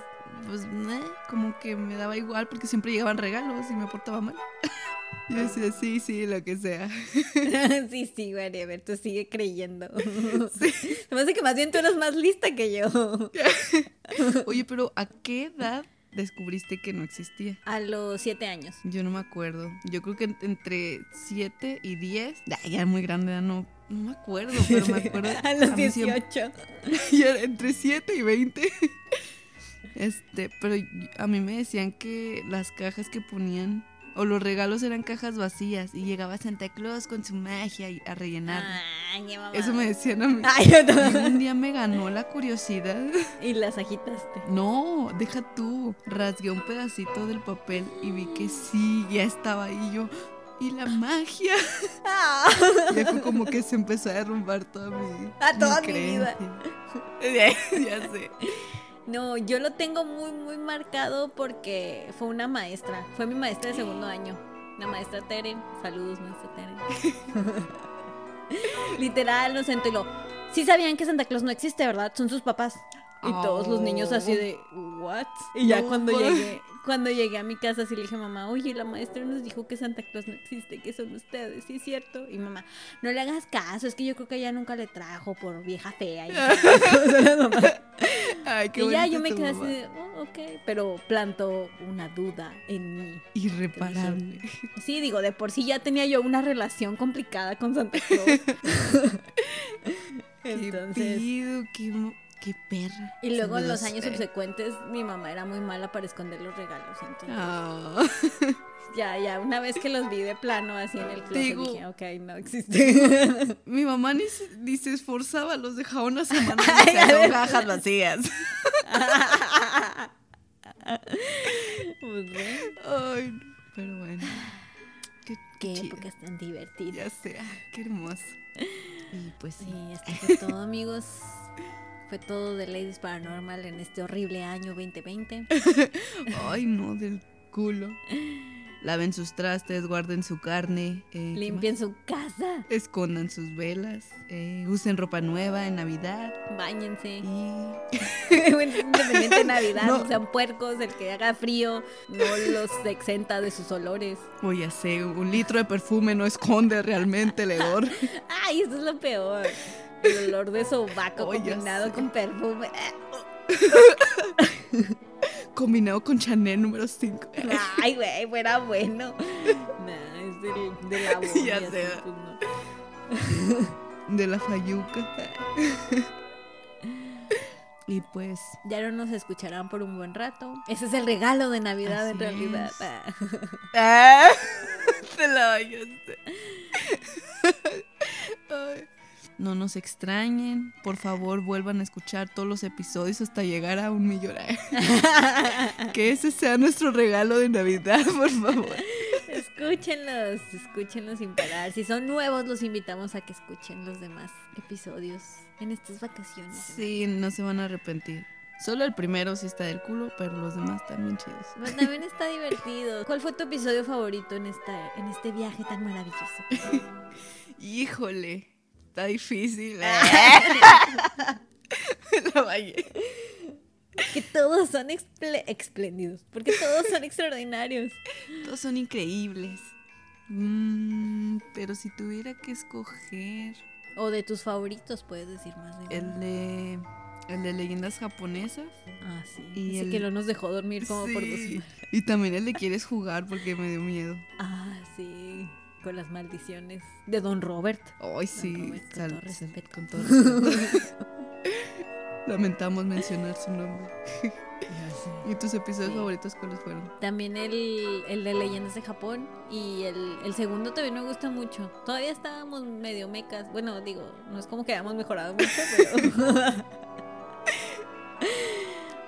Speaker 1: pues, meh, como que me daba igual porque siempre llegaban regalos y me portaba mal. Yo decía, sí, sí, lo que sea.
Speaker 2: sí, sí, güey, a ver, tú sigue creyendo. Se me hace que más bien tú eras más lista que yo.
Speaker 1: Oye, pero ¿a qué edad descubriste que no existía?
Speaker 2: A los 7 años.
Speaker 1: Yo no me acuerdo. Yo creo que en- entre 7 y 10. Ya, ya muy grande, ya no, no me acuerdo, pero me acuerdo.
Speaker 2: a los
Speaker 1: mí siempre-
Speaker 2: 18.
Speaker 1: y era entre 7 y 20. Este, pero y- a mí me decían que las cajas que ponían o los regalos eran cajas vacías y llegaba Santa Claus con su magia y- a rellenar.
Speaker 2: Ay, qué mamada.
Speaker 1: Eso me decían a mí.
Speaker 2: Ay, yo
Speaker 1: Y
Speaker 2: no.
Speaker 1: un día me ganó la curiosidad.
Speaker 2: Y las agitaste.
Speaker 1: No, deja tú. Rasgué un pedacito del papel y vi que sí, ya estaba ahí yo. Y la magia. Ya fue como que se empezó a derrumbar toda mi.
Speaker 2: Ah, toda mi vida.
Speaker 1: creencia. Ya, ya sé.
Speaker 2: No, yo lo tengo muy, muy marcado porque fue una maestra. Fue mi maestra de segundo año. La maestra Teren. Saludos, maestra Teren. Literal, lo sentó y lo. Sí sabían que Santa Claus no existe, ¿verdad? Son sus papás. Y todos los niños así de, ¿what? Y ya
Speaker 1: No,
Speaker 2: cuando
Speaker 1: ma.
Speaker 2: llegué, cuando llegué a mi casa, sí le dije a mamá, oye, la maestra nos dijo que Santa Claus no existe, que son ustedes, ¿sí es cierto? Y mamá, no le hagas caso, es que yo creo que ella nunca le trajo por vieja fea. Y,
Speaker 1: Ay, qué
Speaker 2: y ya
Speaker 1: bonita
Speaker 2: yo me
Speaker 1: tu
Speaker 2: quedé
Speaker 1: mamá.
Speaker 2: así de, oh, ok, pero plantó una duda en mí.
Speaker 1: Irreparable.
Speaker 2: Sí, digo, de por sí ya tenía yo una relación complicada con Santa Claus.
Speaker 1: Qué
Speaker 2: Entonces...
Speaker 1: pido, qué, mo- qué perra.
Speaker 2: Y luego en los
Speaker 1: Saludos,
Speaker 2: años
Speaker 1: eh.
Speaker 2: subsecuentes mi mamá era muy mala para esconder los regalos. Entonces,
Speaker 1: Ah.
Speaker 2: ya, ya, una vez que los vi de plano así en el closet,
Speaker 1: Digo-
Speaker 2: dije, ok, no existe.
Speaker 1: Mi mamá ni se, ni se esforzaba, los dejaba una semana en el salón, cajas vacías.
Speaker 2: Pues, ¿ve?
Speaker 1: Ay, no. pero bueno. Qué,
Speaker 2: Qué
Speaker 1: qué chido.
Speaker 2: épocas tan divertidas.
Speaker 1: Ya sé, ay, qué hermoso. Y pues sí.
Speaker 2: Sí, esto fue todo, amigos. Fue todo de Ladies Paranormal en este horrible año 2020.
Speaker 1: Ay, no, del culo. Laven sus trastes, guarden su carne. eh, ¿qué
Speaker 2: Limpien su casa,
Speaker 1: más? Escondan sus velas. eh, usen ropa nueva en Navidad.
Speaker 2: bañense.
Speaker 1: Y
Speaker 2: Independiente de Navidad,
Speaker 1: No.
Speaker 2: sean puercos, el que haga frío, no los exenta de sus olores.
Speaker 1: Oh, ya sé, un litro de perfume no esconde realmente el hedor.
Speaker 2: Ay, eso es lo peor. El olor de sobaco
Speaker 1: Oh, ya
Speaker 2: combinado
Speaker 1: sé.
Speaker 2: con perfume.
Speaker 1: Combinado con Chanel número 5.
Speaker 2: Ay, güey, fuera bueno. Nah, es del, de la
Speaker 1: Ya sé.
Speaker 2: pues
Speaker 1: De la Fayuca. Y pues,
Speaker 2: Ya no nos escucharán por un buen rato. Ese es el regalo de Navidad en
Speaker 1: Así
Speaker 2: realidad.
Speaker 1: es.
Speaker 2: Ah.
Speaker 1: ¡ah! te la bañaste. Ay. No nos extrañen, por favor vuelvan a escuchar todos los episodios hasta llegar a un millón. Que ese sea nuestro regalo de Navidad, por favor.
Speaker 2: escúchenlos, escúchenlos sin parar. Si son nuevos, los invitamos a que escuchen los demás episodios en estas vacaciones.
Speaker 1: Sí, no se van a arrepentir. Solo el primero sí está del culo, pero los demás también chidos.
Speaker 2: Pues también está divertido. ¿Cuál fue tu episodio favorito en, esta, en este viaje tan maravilloso?
Speaker 1: Híjole, está difícil. La bañé.
Speaker 2: Que todos son expl- espléndidos, porque todos son extraordinarios.
Speaker 1: Todos son increíbles. Mm, pero si tuviera que escoger
Speaker 2: O de tus favoritos, puedes decir más de uno.
Speaker 1: el de, el de leyendas japonesas.
Speaker 2: Ah, sí.
Speaker 1: y
Speaker 2: Ese
Speaker 1: el-
Speaker 2: que no nos dejó dormir como por dos
Speaker 1: Sí,
Speaker 2: semanas.
Speaker 1: Y también el de quieres jugar porque me dio miedo.
Speaker 2: Ah, sí. Con las maldiciones de Don Robert.
Speaker 1: Ay, sí.
Speaker 2: Robert, con
Speaker 1: sal-
Speaker 2: todo
Speaker 1: sal-
Speaker 2: respeto.
Speaker 1: con todo respeto. Lamentamos mencionar su nombre. ¿Y tus episodios
Speaker 2: Sí.
Speaker 1: favoritos cuáles fueron?
Speaker 2: También el, el de Leyendas de Japón. Y el, el segundo también me gusta mucho. Todavía estábamos medio mecas. Bueno, digo, no es como que hayamos mejorado mucho, pero.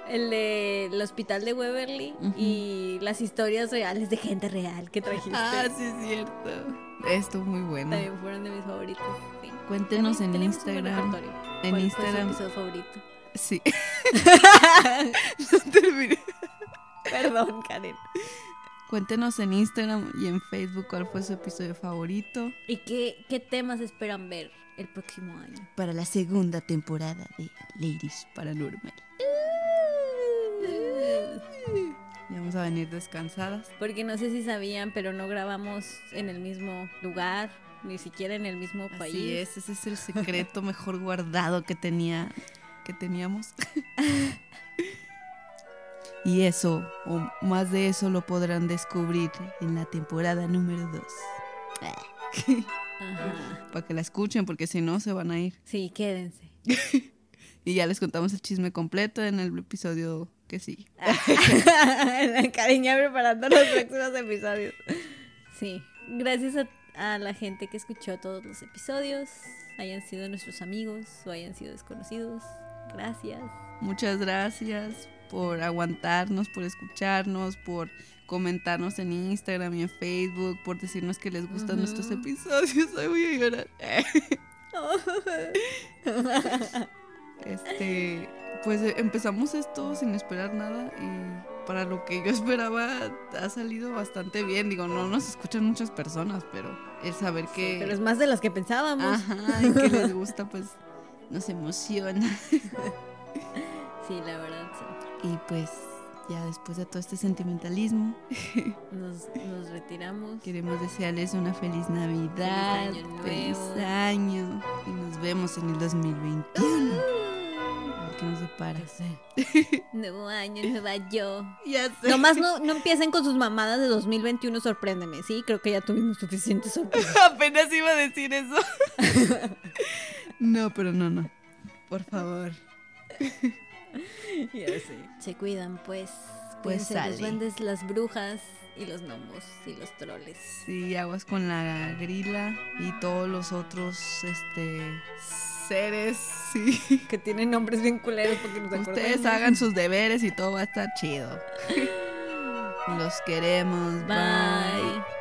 Speaker 2: El de el hospital de Waverly
Speaker 1: Ujú.
Speaker 2: y las historias reales de gente real que trajiste.
Speaker 1: Ah, sí, es cierto. Estuvo muy bueno.
Speaker 2: También fueron de mis favoritos. sí.
Speaker 1: Cuéntenos en
Speaker 2: Tenemos un buen
Speaker 1: Instagram.
Speaker 2: repertorio.
Speaker 1: En
Speaker 2: ¿Cuál fue su
Speaker 1: Instagram.
Speaker 2: episodio favorito?
Speaker 1: Sí. No terminé.
Speaker 2: Perdón, Karen.
Speaker 1: Cuéntenos en Instagram y en Facebook cuál fue su episodio favorito
Speaker 2: ¿Y qué, qué temas esperan ver el próximo año?
Speaker 1: para la segunda temporada de Ladies Paranormal. Uh. Ya vamos a venir descansadas.
Speaker 2: Porque no sé si sabían, pero no grabamos en el mismo lugar, ni siquiera en el mismo país.
Speaker 1: Así es, ese es el secreto mejor guardado que tenía que teníamos. y eso, o más de eso lo podrán descubrir en la temporada número 2.
Speaker 2: Ajá.
Speaker 1: Para que la escuchen, porque si no se van a ir.
Speaker 2: Sí, quédense.
Speaker 1: Y ya les contamos el chisme completo en el episodio que sigue.
Speaker 2: La Karen ya preparando los próximos episodios. Sí. Gracias a, a la gente que escuchó todos los episodios, hayan sido nuestros amigos o hayan sido desconocidos. Gracias.
Speaker 1: Muchas gracias por aguantarnos, por escucharnos, por comentarnos en Instagram y en Facebook, por decirnos que les gustan
Speaker 2: Ujú.
Speaker 1: nuestros episodios. Ay, voy a llorar. Este, pues eh, empezamos esto sin esperar nada para lo que yo esperaba, ha salido bastante bien. Digo, no nos escuchan muchas personas, pero el saber que. Ah.
Speaker 2: Sí, pero es más de las que pensábamos.
Speaker 1: Ajá, y que les gusta, pues nos emociona.
Speaker 2: Sí, la verdad, sí.
Speaker 1: Y pues, ya después de todo este sentimentalismo,
Speaker 2: Nos, nos retiramos.
Speaker 1: queremos desearles una feliz Navidad,
Speaker 2: Feliz año
Speaker 1: feliz
Speaker 2: nuevo.
Speaker 1: año. Y nos vemos en el 2021. A ver qué nos depara.
Speaker 2: Nuevo año, nueva yo.
Speaker 1: Ya sé.
Speaker 2: Nomás no, no empiecen con sus mamadas de 2021, sorpréndeme, ¿sí? Creo que ya tuvimos suficiente sorpresa.
Speaker 1: Apenas iba a decir eso. no, pero no, no. Por favor.
Speaker 2: Ya sé. Se cuidan, pues.
Speaker 1: Pues
Speaker 2: Cuídense, los
Speaker 1: sale.
Speaker 2: duendes, las brujas y los gnomos y los troles.
Speaker 1: Sí, aguas con la grila y todos los otros este seres. Sí.
Speaker 2: Que tienen nombres bien culeros porque nos
Speaker 1: Ustedes hagan sus deberes y todo va a estar chido. Los queremos. Bye.
Speaker 2: Bye.